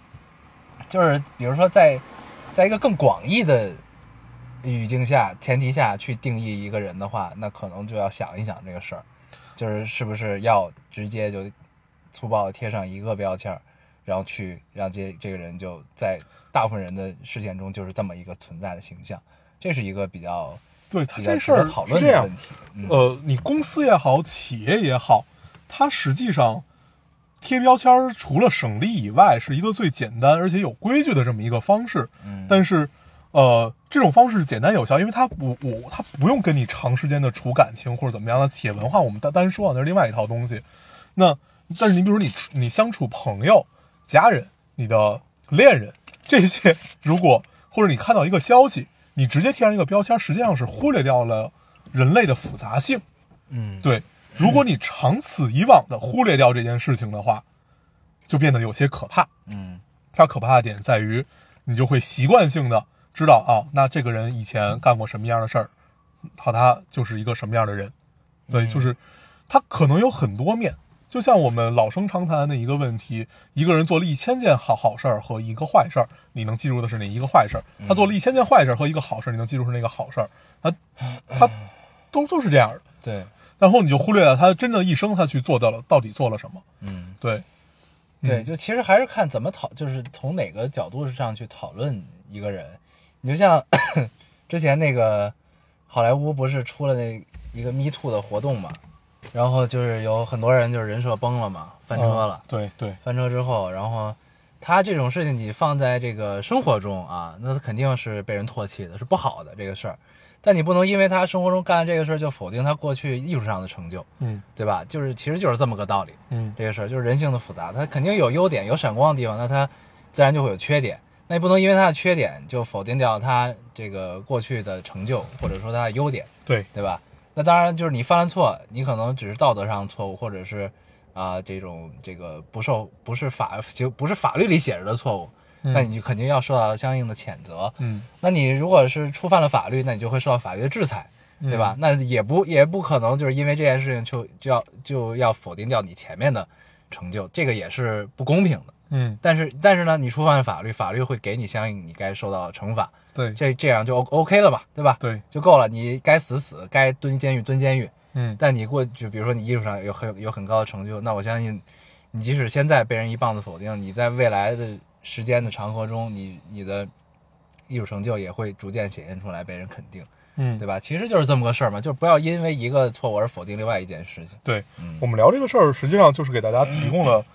S1: 就是比如说在在一个更广义的语境下、前提下去定义一个人的话，那可能就要想一想这个事儿，就是是不是要直接就粗暴的贴上一个标签儿，然后去让这这个人就在大部分人的视线中就是这么一个存在的形象，这是一个比较
S2: 对他
S1: 比较
S2: 这
S1: 值
S2: 事儿
S1: 得讨
S2: 是
S1: 论
S2: 这
S1: 的
S2: 样呃
S1: 问，题。嗯
S2: 呃，你公司也好，企业也好，它实际上贴标签儿除了省力以外，是一个最简单而且有规矩的这么一个方式。
S1: 嗯
S2: 但是，呃，这种方式简单有效，因为它不我它不用跟你长时间的处感情或者怎么样的。且文化我们单单说啊，那是另外一套东西。那但是你比如你你相处朋友、家人、你的恋人这些，如果或者你看到一个消息，你直接贴上一个标签，实际上是忽略掉了人类的复杂性。
S1: 嗯，
S2: 对，如果你长此以往的忽略掉这件事情的话，就变得有些可怕。
S1: 嗯
S2: 它可怕的点在于，你就会习惯性的知道啊，那这个人以前干过什么样的事儿，好，他就是一个什么样的人。
S1: 嗯
S2: 对，就是他可能有很多面，就像我们老生常谈的一个问题：一个人做了一千件好好事儿和一个坏事儿，你能记住的是哪一个坏事儿？他
S1: 嗯
S2: 做了一千件坏事儿和一个好事儿，你能记住是那个好事儿？他 他都都是这样的。
S1: 对，
S2: 然后你就忽略了他真的一生他去做到了到底做了什么。
S1: 嗯
S2: 对，
S1: 对，就其实还是看怎么讨，就是从哪个角度上去讨论一个人。你就像 之前那个好莱坞不是出了那一个 Me Too 的活动嘛，然后就是有很多人就是人设崩了嘛，翻车了。
S2: 嗯对对，
S1: 翻车之后，然后他这种事情你放在这个生活中啊，那肯定是被人唾弃的，是不好的这个事儿。但你不能因为他生活中干的这个事儿就否定他过去艺术上的成就，
S2: 嗯
S1: 对吧？就是其实就是这么个道理。
S2: 嗯
S1: 这个事儿就是人性的复杂，它肯定有优点，有闪光的地方，那它自然就会有缺点。那你不能因为它的缺点就否定掉它这个过去的成就，或者说它的优点。
S2: 对，
S1: 对吧？那当然，就是你犯了错，你可能只是道德上错误，或者是啊、这种这个不受不是法就不是法律里写着的错误，
S2: 嗯
S1: 那你就肯定要受到相应的谴责。
S2: 嗯
S1: 那你如果是触犯了法律，那你就会受到法律的制裁，对
S2: 嗯
S1: 吧？那也不也不可能就是因为这件事情就就要就要否定掉你前面的成就，这个也是不公平的。
S2: 嗯
S1: 但是但是呢，你触犯了法律，法律会给你相应你该受到惩罚，
S2: 对
S1: 这这样就 O OK 了嘛，对吧？
S2: 对
S1: 就够了。你该死死，该蹲监狱蹲监狱。
S2: 嗯
S1: 但你过去，比如说你艺术上有很有很高的成就，那我相信，你即使现在被人一棒子否定，你在未来的时间的长河中，你你的艺术成就也会逐渐显现出来，被人肯定，
S2: 嗯
S1: 对吧？其实就是这么个事儿嘛，就是不要因为一个错误而否定另外一件事情。
S2: 对
S1: 嗯，
S2: 我们聊这个事儿，实际上就是给大家提供了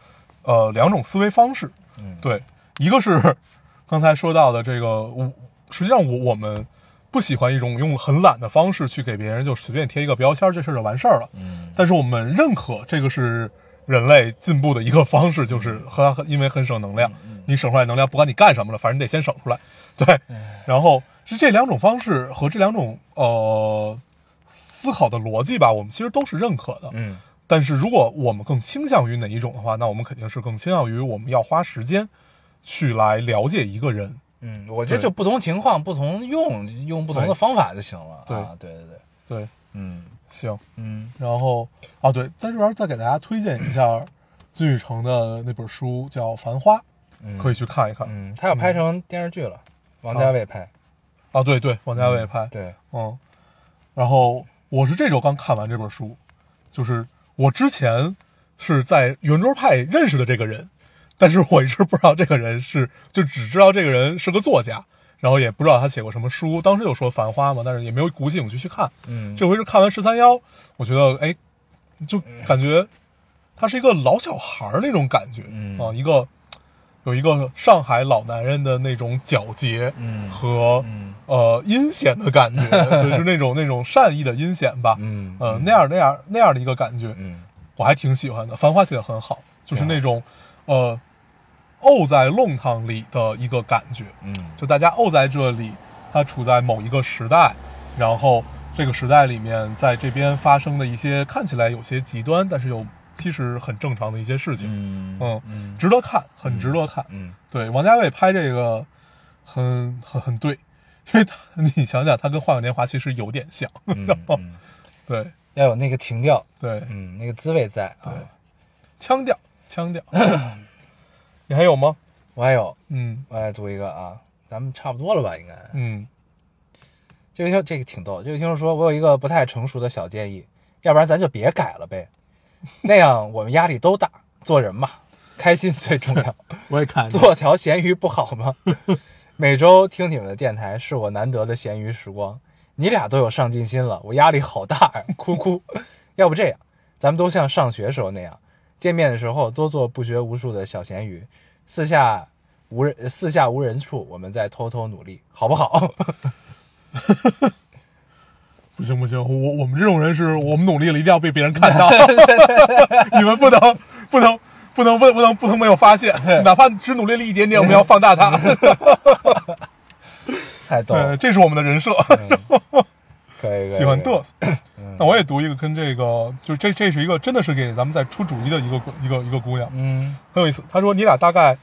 S2: 呃两种思维方式。
S1: 嗯，
S2: 对，一个是 刚才说到的这个，我实际上我我们不喜欢一种用很懒的方式去给别人就随便贴一个标签儿，这事儿就完事儿了。
S1: 嗯，
S2: 但是我们认可这个是人类进步的一个方式，就是很很因为很省能量，你省出来能量不管你干什么了，反正你得先省出来，对。然后是这两种方式和这两种呃思考的逻辑吧，我们其实都是认可的，
S1: 嗯，
S2: 但是如果我们更倾向于哪一种的话，那我们肯定是更倾向于我们要花时间去来了解一个人。
S1: 嗯，我觉得
S2: 对
S1: 就不同情况不同用，用不同的
S2: 对
S1: 方法就行了。
S2: 对
S1: 啊，对对对，
S2: 对，
S1: 嗯
S2: 行，
S1: 嗯
S2: 然后啊，对，在这边再给大家推荐一下金宇澄的那本书，叫《繁花》，
S1: 嗯，
S2: 可以去看一看。
S1: 嗯，他要拍成电视剧了，王家卫拍，
S2: 啊，对对，王家卫拍，
S1: 对，
S2: 嗯，然后我是这周刚看完这本书，就是我之前是在圆桌派认识的这个人，但是我一直不知道这个人是，就只知道这个人是个作家，然后也不知道他写过什么书。当时有说《繁花》嘛，但是也没有鼓起勇气去看。
S1: 嗯，
S2: 这回是看完《十三幺》，我觉得哎，就感觉他是一个老小孩儿那种感觉，
S1: 嗯
S2: 啊，一个有一个上海老男人的那种皎洁，
S1: 嗯
S2: 和
S1: 嗯
S2: 呃阴险的 感觉，对，就是那种那种善意的阴险吧，
S1: 嗯
S2: 呃那样那样那样的一个感觉，
S1: 嗯
S2: 我还挺喜欢的。《繁花》写的很好，就是
S1: 对啊
S2: 那种呃沤在弄堂里的一个感觉，
S1: 嗯
S2: 就大家沤在这里，它处在某一个时代，然后这个时代里面，在这边发生的一些看起来有些极端，但是又其实很正常的一些事情，
S1: 嗯
S2: 嗯，
S1: 嗯
S2: 值得看，很值得看。
S1: 嗯
S2: 对，王家卫拍这个很很很对，因为他你想想，他跟《花样年华》其实有点像。
S1: 嗯，嗯
S2: 对
S1: 要有那个情调，
S2: 对，
S1: 嗯，那个滋味在啊。
S2: 腔调腔调。 你还有吗？
S1: 我还有，
S2: 嗯
S1: 我来读一个啊，咱们差不多了吧？应该
S2: 嗯
S1: 这个听这个挺逗，这个听众说我有一个不太成熟的小建议，要不然咱就别改了呗， 那样我们压力都大，做人嘛，开心最重要。
S2: 我也看
S1: 做条咸鱼不好吗？ 每周听你们的电台是我难得的咸鱼时光。你俩都有上啊 进心了，我压力好大呀、哭哭。要不这样，咱们都像上学时候那样，见面的时候多做不学无术的小咸鱼，四下无人呃四下无人处，我们再偷偷努力，好不好？
S2: 不行不行，我我们这种人是我们努力了，一定要被别人看 到，你们不能不能不能不能不能不能没有发 现，哪怕只努力了一点点，我们要放大它，
S1: 太逗了
S2: 对，，这是我们的人设，
S1: 可以，可以
S2: 喜欢
S1: 可以
S2: 嘚瑟。那我也读一个跟这个，就这这是一个真的是给咱们在出主意的一个一个一个姑娘，
S1: 嗯
S2: 很有意思。她说你俩大概，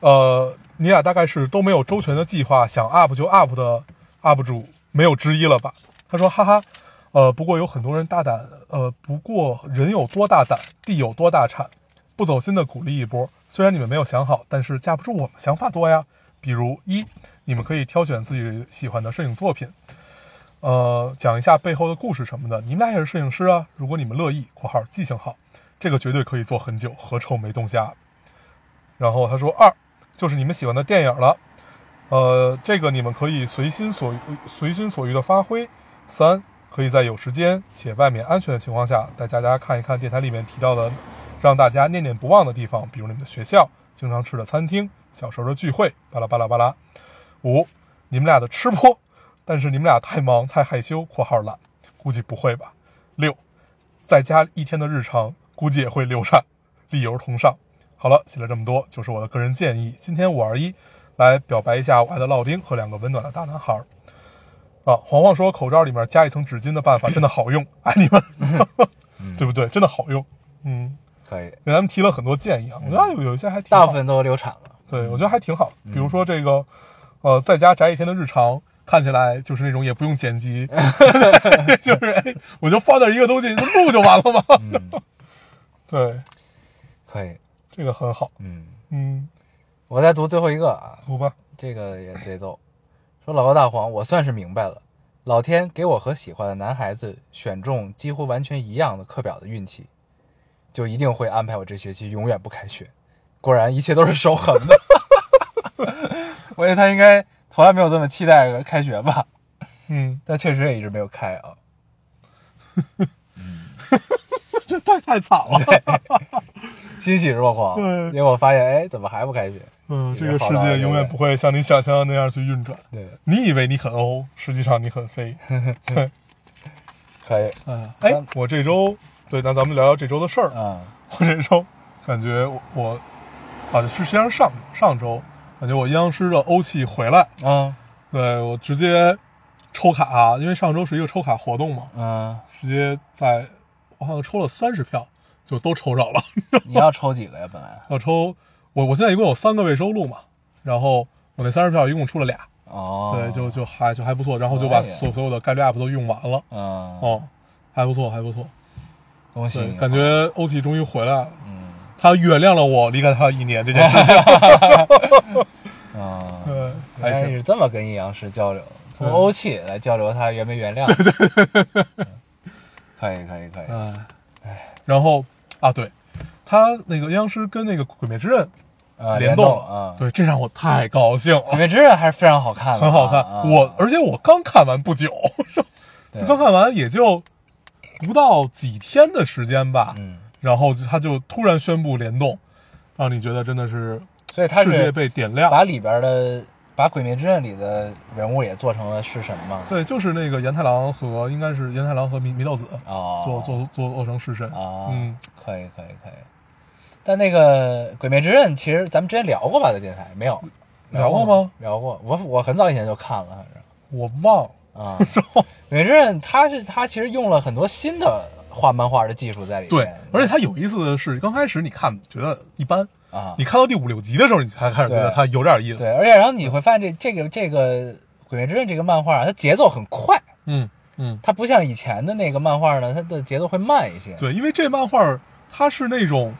S2: 呃，你俩大概是都没有周全的计划，想 up 就 up 的 up 主没有之一了吧？她说哈哈，呃，不过有很多人大胆，呃，不过人有多大胆，地有多大产，不走心的鼓励一波。虽然你们没有想好，但是架不住我们想法多呀。比如一，你们可以挑选自己喜欢的摄影作品，呃，讲一下背后的故事什么的。你们俩也是摄影师啊，如果你们乐意（括号记性好），这个绝对可以做很久，何愁没动家？然后他说二，就是你们喜欢的电影了，呃，这个你们可以随心所欲、随心所欲的发挥。三，可以在有时间且外面安全的情况下，带大家看一看电台里面提到的让大家念念不忘的地方，比如你们的学校、经常吃的餐厅、小时候的聚会，巴拉巴拉巴拉。五，你们俩的吃播，但是你们俩太忙太害羞（括号懒），估计不会吧？六，在家一天的日常，估计也会流产，理由同上。好了，写了这么多，就是我的个人建议。今天五二一，来表白一下我爱的烙丁和两个温暖的大男孩儿。啊，黄黄说口罩里面加一层纸巾的办法真的好用， 爱你们，对不对？真的好用。嗯，
S1: 可以，
S2: 给咱们提了很多建议啊，我觉得有有一些还挺好
S1: 嗯大部分嗯都流产了，
S2: 对，我觉得还挺好。比如说这个，呃，在家宅一天的日常，看起来就是那种也不用剪 辑，就是哎，我就放点一个东西就录就完了嘛。
S1: 嗯
S2: 对，
S1: 可以，
S2: 这个很好。
S1: 嗯，
S2: 嗯，
S1: 我再读最后一个啊，
S2: 读吧。
S1: 这个也贼逗，说老高大黄，我算是明白了，老天给我和喜欢的男孩子选中几乎完全一样的课表的运气，就一定会安排我这学期永远不开学。果然一切都是守恒的。 我觉得他应该从来没有这么期待开学吧，
S2: 嗯，
S1: 但确实也一直没有开啊。
S2: 这太太惨 了。
S1: 欣喜若狂，
S2: 对
S1: 结果发现哎，怎么还不开学？
S2: 嗯，
S1: 一
S2: 这
S1: 直
S2: 个
S1: 好
S2: 世
S1: 到
S2: 界
S1: 永
S2: 永远
S1: 远
S2: 不会像你想象的那样去运转。
S1: 对，
S2: 你以为你很欧，实际上你很 飞。对，
S1: 可以，
S2: 嗯，哎，我这周，对，那咱们聊聊这周的事儿。
S1: 嗯
S2: 我这周感觉我我啊，是实际上上上周感觉我阴阳师的欧气回来，
S1: 嗯
S2: 对我直接抽卡、啊因为上周是一个抽卡活动嘛，
S1: 嗯，
S2: 直接在我好像抽了三十票，就都抽着了。
S1: 你要抽几个呀？本来
S2: 我抽我我现在一共有三个未收录嘛，然后我那三十票一共出了俩，
S1: 哦，
S2: 对，就就还就还不错，然后就把
S1: 可以
S2: 所所有的概率 UP 都用完了，
S1: 嗯，
S2: 哦，还不错，还不错，
S1: 恭喜
S2: 对，
S1: 你，啊
S2: 感觉欧气终于回来了。
S1: 嗯
S2: 他原谅了我离开他一年这件事情，
S1: 嗯。
S2: 对，
S1: 原
S2: 还
S1: 来
S2: 行
S1: 你。是这么跟阴阳师交流，从
S2: 对
S1: 欧气来交流他原没原谅。对对对嗯可以可以可以，
S2: 哎，然后啊，对，他那个阴阳师跟那个《鬼灭之刃
S1: 啊》
S2: 联
S1: 动
S2: 动
S1: 啊，
S2: 对，这让我太高兴
S1: 鬼
S2: 了，
S1: 灭之刃还是非常好看的啊，
S2: 很好
S1: 啊
S2: 看。我而且我刚看完不久，
S1: 对
S2: 就刚看完也就不到几天的时间吧，
S1: 嗯，
S2: 然后就他就突然宣布联动，让你觉得真的是
S1: 所以他
S2: 世界
S1: 是
S2: 被点亮。
S1: 把里边的把鬼灭之刃里的人物也做成了式神嘛，
S2: 对，就是那个岩太郎和应该是岩太郎和祢祢豆子
S1: 哦，
S2: 做做做做成式神
S1: 啊，
S2: 嗯，
S1: 可以可以可以。但那个《鬼灭之刃》，其实咱们之前聊过吧，在电台没有
S2: 嗯聊过
S1: 过
S2: 吗？
S1: 聊过，我我很早以前就看了，反正。
S2: 我忘了。
S1: 啊， 《鬼灭之刃》它是它其实用了很多新的画漫画的技术在 里面，
S2: 对，而且它有意思的是，刚开始你看觉得一般，
S1: 啊
S2: 你，看到第五六集的时候，你才开始觉得
S1: 对
S2: 它有点意思。
S1: 对，，而且然后你会发现这这个这个《鬼灭之刃》这个漫画，它节奏很快，
S2: 嗯嗯，
S1: 它不像以前的那个漫画呢，它的节奏会慢一些。
S2: 对，因为这漫画它是那种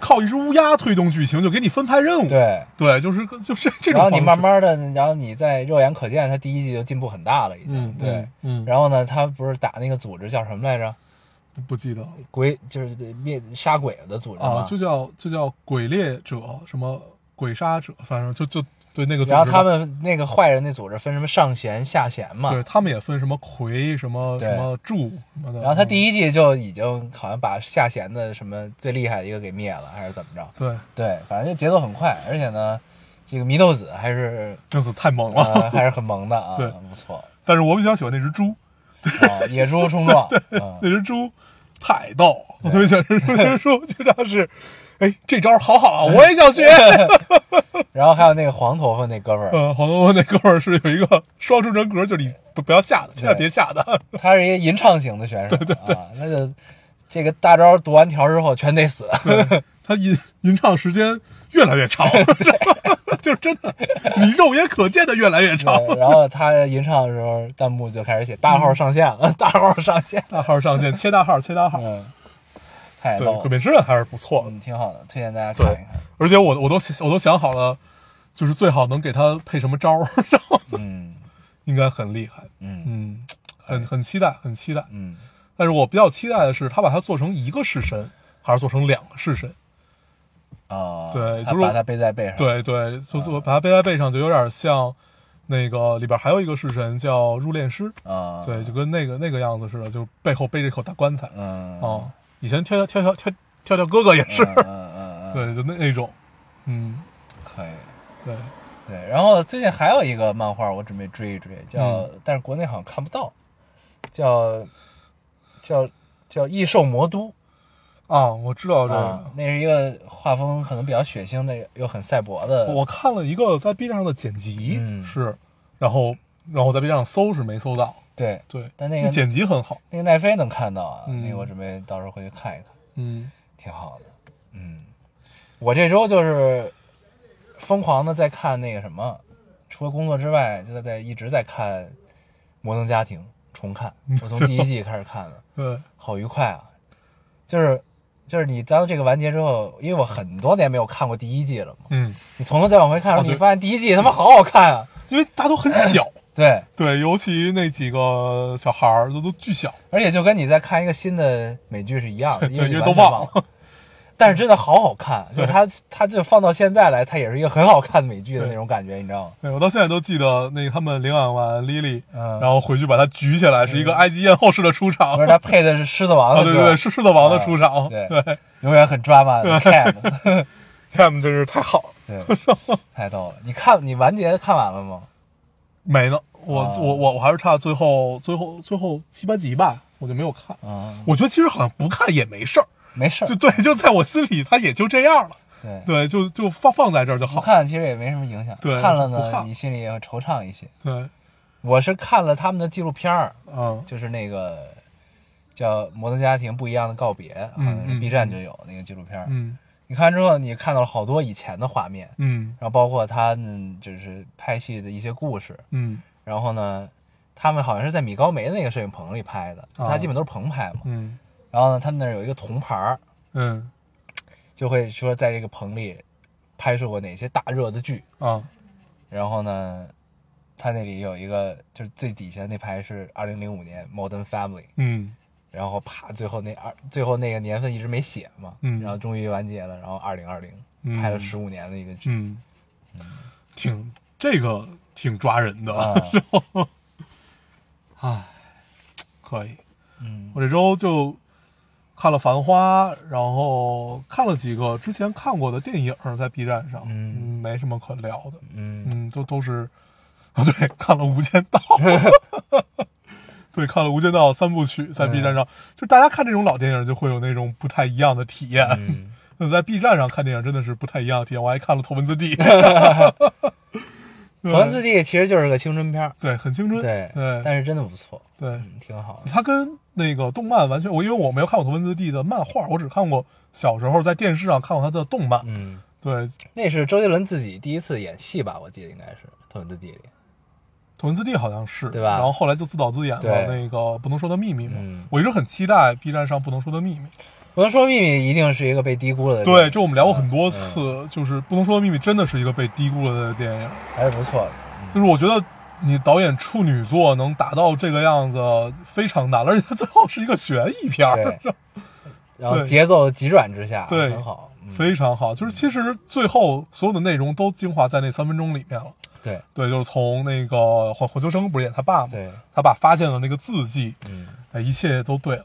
S2: 靠一只乌鸦推动剧情，就给你分派任务。
S1: 对
S2: 对，就是就是这种
S1: 然
S2: 方
S1: 后
S2: 式。
S1: 你慢慢的，然后你再肉眼可见，它第一季就进步很大了，已经。
S2: 嗯，嗯
S1: 对。
S2: 嗯，
S1: 然后呢，他不是打那个组织叫什么来着？
S2: 不记得了
S1: 鬼就是灭杀
S2: 啊
S1: 鬼的组织嘛。
S2: 啊，就叫就叫鬼猎者什么鬼杀者，反正就就对那个组织
S1: 然
S2: 吧，
S1: 后他们那个坏人那组织分什么上弦、下弦嘛，
S2: 对他们也分什么魁、什么
S1: 对
S2: 什么柱什么的。
S1: 然后他第
S2: 一
S1: 一季就已经好像把下弦的什么最厉害的一个给灭了，还是怎么着？
S2: 对，
S1: 对，反正就节奏很快，而且呢，这个祢豆子还是
S2: 真是太猛了。
S1: 呃还是很萌的啊，
S2: 对
S1: 不错
S2: 但是我比较喜欢那只猪，
S1: 啊，野猪冲撞，嗯，
S2: 那只猪太逗，我特别喜欢那只猪，经常 是，哎，这招好好啊，我也想学。
S1: 然后还有那个黄头发那哥们儿，
S2: 嗯，黄东那哥们儿是有一个双重人格，就是你不不要吓他，千万
S1: 对
S2: 别吓他。
S1: 他是一个吟唱型的选手，对对对，啊、那就这个大招读完条之后全得死，
S2: 他吟吟唱时间越来越 长， 就是真的，你肉眼可见的越来越长。
S1: 对，然后他吟唱的时候，弹幕就开始写大号上线了，大号上线，
S2: 大号上线，切大号，切大号。
S1: 嗯，太
S2: 对，
S1: 逗
S2: 鬼
S1: 了，
S2: 灭之刃还是不错的，
S1: 嗯，挺好的，推荐大家看一看，
S2: 而且我我都我都想好了，就是最好能给他配什么招儿，然后
S1: 嗯
S2: 应该很厉害。
S1: 嗯
S2: 嗯，很很期待，很期待。
S1: 嗯，
S2: 但是我比较期待的是，他把它做成一个式神，还是做成两个式神？
S1: 啊，
S2: 对
S1: 他
S2: 就是
S1: 把他背在背上，，
S2: 对对，就做把它背在背上，就有点像那个里边还有一个式神叫入殓师，
S1: 啊，
S2: 对，就跟那个那个样子似的，就是背后背着一口大棺材。
S1: 嗯，
S2: 哦，以前跳跳跳跳跳跳跳哥哥也是，
S1: 嗯嗯嗯，嗯，
S2: 对，就那那种，嗯，
S1: 可以。
S2: 对，
S1: 对，然后最近还有一个漫画，我准备追一追，叫、
S2: 嗯
S1: 但是国内好像看不到，叫叫叫《异兽魔都
S2: 啊，我知》道这
S1: 啊
S2: 个，，
S1: 那是一个画风可能比较血腥的，又很赛博的。
S2: 我看了一个在 B 站上的剪辑，
S1: 嗯
S2: 是，然后然后我在 B 站上搜是没搜到，
S1: 对，
S2: 对，
S1: 但那个
S2: 剪辑很好，
S1: 那个奈飞能看到啊，
S2: 嗯
S1: 那个我准备到时候回去看一看，
S2: 嗯，
S1: 挺好的。嗯，我这周就是疯狂的在看那个什么，除了工作之外，就在在一直在看《摩登家庭》重看，
S2: 嗯
S1: 我从第一季开始看的。
S2: 对，
S1: 好愉快啊！就是就是你当这个完结之后，因为我很多年没有看过第一季了嘛，
S2: 嗯，
S1: 你从头再往回看的时候，
S2: 哦对
S1: 你发现第一季他妈好好看啊！
S2: 因为大家都很小，
S1: 对，
S2: 对，尤其那几个小孩儿都都巨小，
S1: 而且就跟你在看一个新的美剧是 一样的，
S2: 对
S1: 因为你
S2: 因为
S1: 完全
S2: 都忘
S1: 忘了。但是真的好 好看，就是它它就放到现在来，它也是一个很好看的美剧的
S2: 对
S1: 那种感觉，你 知道吗？
S2: 对我到现在都记得那个他们领养完 Lily，
S1: 嗯
S2: 然后回去把她举起来，是一个埃及艳后式的出场
S1: 不，是它配的是《狮子王》
S2: 啊，
S1: 的
S2: 对
S1: 歌，
S2: 对对，是狮子王的出场，
S1: 对永远很抓 马的 Cam，
S2: ，Cam 真是太好了。
S1: 对，太逗了！你看你完结看完了吗？
S2: 没呢，我、
S1: 啊
S2: 我我我还是差最后最后最后七八集吧，我就没有看。
S1: 啊，
S2: 我觉得其实好像不看也没事儿，
S1: 没事
S2: 嗯
S1: 儿
S2: 就，对，就在我心里它也就这样了，
S1: 对
S2: 对，就就放放在这儿就
S1: 不
S2: 好。
S1: 看其实也没什么影响，
S2: 对
S1: 看了
S2: 不
S1: 呢，
S2: 看
S1: 你心里也会惆怅一些。
S2: 对，
S1: 我是看了他们的纪录片儿，
S2: 嗯
S1: 就是那个叫《摩登家庭不一样的告别》，好像是
S2: 嗯
S1: B 站就有那个纪录片儿。
S2: 嗯
S1: 你看完之后，你看到了好多以前的画面，
S2: 嗯
S1: 然后包括他们就是拍戏的一些故事。
S2: 嗯
S1: 然后呢，他们好像是在米高梅的那个摄影棚里拍的，
S2: 啊
S1: 他基本都是棚拍嘛。
S2: 嗯
S1: 然后呢，他们那儿有一个铜牌儿，
S2: 嗯
S1: 就会说在这个棚里拍摄过哪些大热的剧。
S2: 啊
S1: 然后呢，他那里有一个就是最底下那排是二零零五年 Modern Family，
S2: 嗯
S1: 然后啪，最后那二最后那个年份一直没写嘛，
S2: 嗯
S1: 然后终于完结了，然后二零二零
S2: 嗯
S1: 拍了十五年的一个剧，
S2: 嗯，挺这个挺抓人的，
S1: 啊
S2: 唉，可以。
S1: 嗯
S2: 我这周就看了《繁花》，然后看了几个之前看过的电影，在 B 站上，
S1: 嗯
S2: 没什么可聊的，
S1: 嗯
S2: 嗯，都都是，啊，对，看了《无间 道》，对，看了《无间道》三部曲，在 B 站上，就大家看这种老电影就会有那种不太一样的体验。
S1: 嗯，
S2: 那在 B 站上看电影真的是不太一样的体验，我还看了《头文字 D》，
S1: 《
S2: 对
S1: 头文字 D》其实就是个青春片儿，
S2: 对，很青春，
S1: 对
S2: 对
S1: 但是真的不错，
S2: 对，
S1: 嗯，挺好的，
S2: 它跟那个动漫完全，我因为我没有看过《头文字 D》的漫画，我只看过小时候在电视上看过它的动漫。
S1: 嗯，
S2: 对，《
S1: 那是周杰伦自己第一次演戏吧，我记得应该是《头文字 D》里，
S2: 头文字 D》好像是，
S1: 对吧
S2: 然后后来就自导自演了
S1: 对
S2: 那个《不能说的秘密》嘛。
S1: 嗯
S2: 我一直很期待 B 站上《不能说的秘密》。
S1: 《不能说秘密》一定是一个被低估了的电影，
S2: 对，这我们聊过很多次，
S1: 嗯
S2: 就是《不能说的秘密》真的是一个被低估了的电影。
S1: 还是不 错的，
S2: 就是我觉得你导演处女作能达到这个样子非常难了，而且它最后是一个悬疑片儿。
S1: 对，然后
S2: 对
S1: 节奏急转之下，
S2: 对
S1: 很好。嗯
S2: 非常好。就是其实最后所有的内容都精华在那三分钟里面了。
S1: 对
S2: 对，就是从那个黄黄秋生不是演他爸吗？
S1: 对，
S2: 他爸发现了那个字迹，
S1: 嗯，
S2: 哎，一切都对了。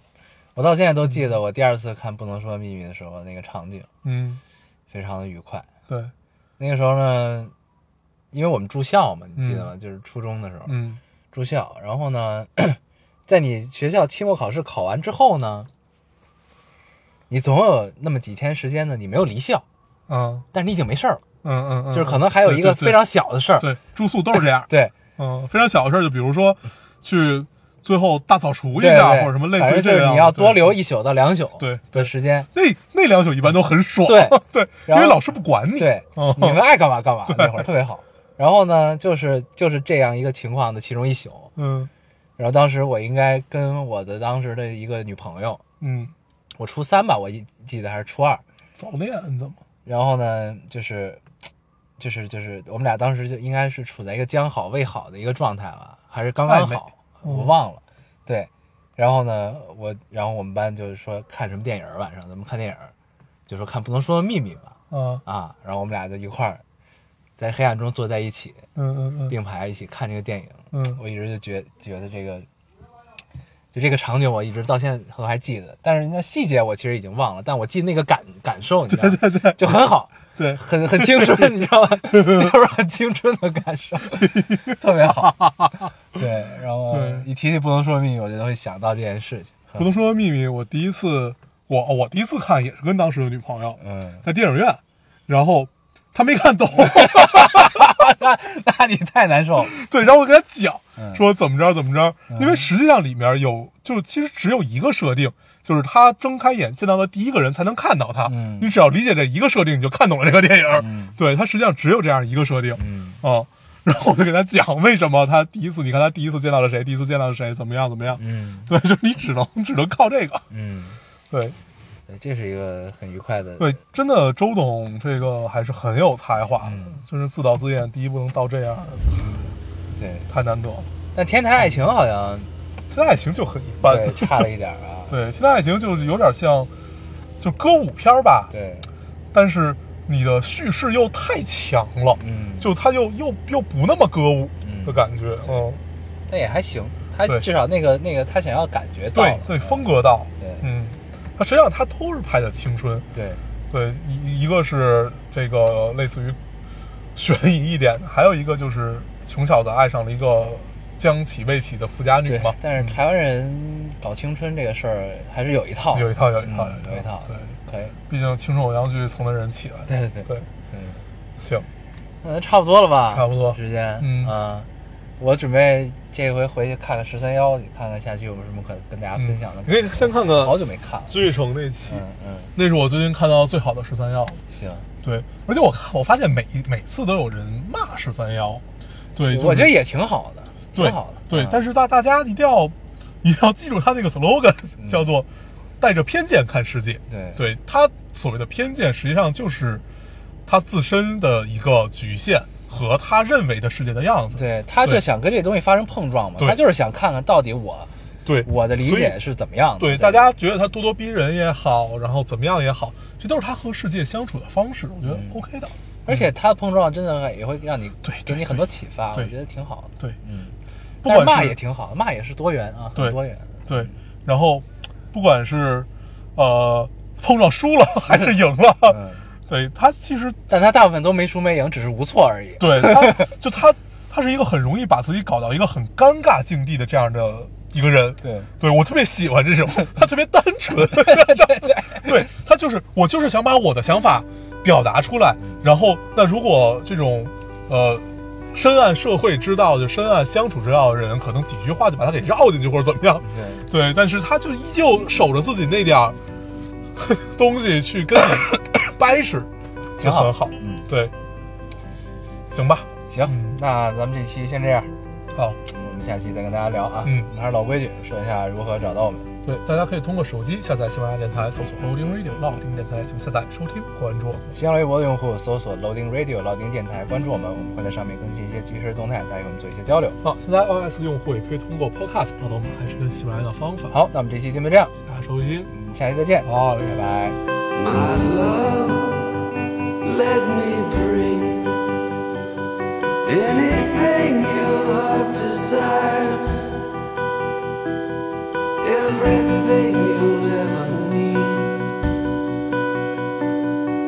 S1: 我到现在都记得我第二次看《不能说的秘密》的时候那个场景，
S2: 嗯，
S1: 非常的愉快。
S2: 对，
S1: 那个时候呢，因为我们住校嘛，你记得吗？就是初中的时候、
S2: 嗯
S1: 住校，然后呢，在你学校期末考试考完之后呢，你总有那么几天时间呢，你没有离校，
S2: 嗯
S1: 但是你已经没事儿了，
S2: 嗯嗯嗯，
S1: 就是可能还有一个
S2: 对对对
S1: 非常小的事儿，。
S2: 对住宿都是这样
S1: 对
S2: 嗯，非常小的事儿，就比如说去最后大扫除一
S1: 对
S2: 下，
S1: 对
S2: 啊或者什么类
S1: 反
S2: 似于
S1: 正就
S2: 这
S1: 是
S2: 样。
S1: 你要多
S2: 对
S1: 留一宿到两宿
S2: 对
S1: 的时间，
S2: 那那两宿一般都很爽，
S1: 对
S2: 因
S1: 然后
S2: 为老师不管你，
S1: 对，
S2: 嗯
S1: 你们爱干嘛干 嘛，那会儿特别好。然后呢，就是就是这样一个情况的其中一宿。
S2: 嗯
S1: 然后当时我应该跟我的当时的一个女朋友，
S2: 嗯，
S1: 我初三吧，我一记得还是初二。
S2: 早恋你怎么？
S1: 然后呢，就是就是就是我们俩当时就应该是处在一个将好未好的一个状态吧，还是刚刚
S2: 暧昧
S1: 好，我忘了。对，然后呢，我然后我们班就是说看什么电影儿晚上咱们看电影儿，就说看《不能说的秘密》吧。
S2: 啊，
S1: 啊，然后我们俩就一块儿在黑暗中坐在一起，
S2: 嗯嗯嗯
S1: 并排一起看这个电影。
S2: 嗯
S1: 我一直就觉觉得这个，就这个场景，我一直到现在都还记得，但是那细节我其实已经忘了，但我记那个感感受，你知道吗？对对对，就很好，
S2: 对
S1: 很很青春，你知道吗？ 就是很青春的感受， 特别好。对，然后
S2: 对
S1: 一提起不能说的秘密，我就会想到这件事情。很
S2: 不能说的秘密，我第一次，我我第一次看也是跟当时的女朋友
S1: 嗯，
S2: 在电影院，然后她没看懂，
S1: 那那你太难受了。
S2: 对，然后我给她讲
S1: 嗯
S2: 说怎么着怎么着，因为实际上里面有就是其实只有一个设定，就是她睁开眼见到的第一个人才能看到她，
S1: 嗯
S2: 你只要理解这一个设定，你就看懂了这个电影，对，它实际上只有这样一个设定，
S1: 嗯
S2: 啊、然后我就给他讲为什么他第一次，你看他第一次见到了谁，第一次见到了谁，怎么样怎么样，
S1: 嗯
S2: 对，就是你只能只能靠这个，
S1: 嗯。
S2: 对
S1: 对，这是一个很愉快的。
S2: 对，真的周董这个还是很有才华的，
S1: 嗯
S2: 就是自导自演，第一部能到这样，
S1: 对
S2: 太难得了。
S1: 但天台爱情好像
S2: 现在爱情就很一般，
S1: 对差了一点儿啊。
S2: 对，现在爱情就是有点像，就歌舞片儿吧，
S1: 对，
S2: 但是你的叙事又太强了，
S1: 嗯
S2: 就它又又又不那么歌舞的感觉，嗯，
S1: 但也还行，他
S2: 对
S1: 至少那个那个他想要感觉到
S2: 对
S1: 了
S2: 对，风格到，
S1: 对
S2: 嗯，它实际上它都是拍的青春，
S1: 对
S2: 对，一一个是这个类似于悬疑一点的，还有一个就是穷小子爱上了一个将起未起的富家女
S1: 对
S2: 嘛，，
S1: 但是台湾人搞青春这个事儿还是有一套，
S2: 有一套有一
S1: 嗯
S2: 套
S1: 有一套，
S2: 对，
S1: 可以，
S2: 毕竟青春偶像剧从那人起来，
S1: 对对对
S2: 对，
S1: 嗯，
S2: 行，
S1: 那差不多了吧？
S2: 差不多
S1: 时间，
S2: 嗯
S1: 啊。我准备这回回去看看十三幺，看看下期有什么可跟大家分享
S2: 嗯
S1: 的。
S2: 你可以先看看
S1: 好久没看了。
S2: 剧城那期，
S1: 嗯嗯，
S2: 那是我最近看到最好的十三幺，
S1: 行，
S2: 对，而且我看我发现每每次都有人骂十三幺，对，就是
S1: 我觉得也挺好的，
S2: 对
S1: 挺好的。
S2: 对
S1: 嗯，
S2: 但是大大家一定要一定要记住他那个 slogan，叫做带着偏见看世界。
S1: 嗯对
S2: 对他所谓的偏见，实际上就是他自身的一个局限和他认为的世界的样子。
S1: 对，他就
S2: 对
S1: 想跟这东西发生碰撞嘛，
S2: 对
S1: 他就是想看看到底我
S2: 对，
S1: 我的理
S2: 所以
S1: 解是怎么样的。
S2: 对大家觉得他咄咄逼人也好，然后怎么样也好，这都是他和世界相处的方式，我觉
S1: 嗯
S2: 得 OK 的。
S1: 而且他的碰撞真的也会让你
S2: 对对
S1: 给你很多启发，我
S2: 对
S1: 觉得挺好的。
S2: 对
S1: 嗯，
S2: 不
S1: 但是
S2: 管
S1: 骂
S2: 是
S1: 也挺好的，骂也是多元啊，
S2: 对
S1: 很多元。
S2: 对，然后不管是呃碰撞输了还是赢了，
S1: 嗯，
S2: 对他其实
S1: 但他大部分都没输没赢，只是无错而已。
S2: 对他，就他，他是一个很容易把自己搞到一个很尴尬境地的这样的一个人。
S1: 对
S2: 对我特别喜欢这种，他特别单纯。对他就是我就是想把我的想法表达出来，然后那如果这种呃深谙社会之道、就深谙相处之道的人，可能几句话就把他给绕进去或者怎么样。
S1: 对
S2: 对，但是他就依旧守着自己那点儿 东西去跟你掰扯，
S1: 挺
S2: 就
S1: 好
S2: 很好。
S1: 嗯，
S2: 对，行吧，
S1: 行，
S2: 嗯
S1: 那咱们这期先这样，
S2: 好，
S1: 我们下期再跟大家聊啊。
S2: 嗯
S1: 我们还是老规矩，说一下如何找到我们。
S2: 对，大家可以通过手机下载喜马拉雅电台，搜索 Loading Radio 老丁电台，请下载收听关注我们。
S1: 新浪微博的用户搜索 Loading Radio 老丁电台，关注我们，我们会在上面更新一些即时动态，大家跟我们做一些交流。
S2: 好，现在 iOS 用户也可以通过 Podcast 找到我们，还是跟喜马拉雅的方法。，
S1: 好，那我们这期节目这样，
S2: 下收听。
S1: 嗯下期再见，
S2: 好，
S1: 拜拜。
S3: My love, let me bring anything your heart desires, everything you'll ever need.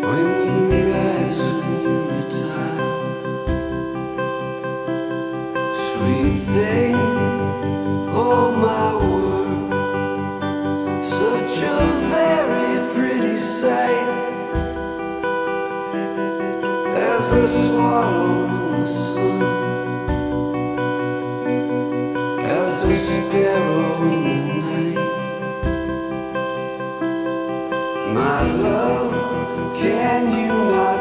S3: When you rise, when you retire, sweet thing, oh my word, such a very pretty sight as a swallow in the sun, as a sparrow in the night. My love, can you not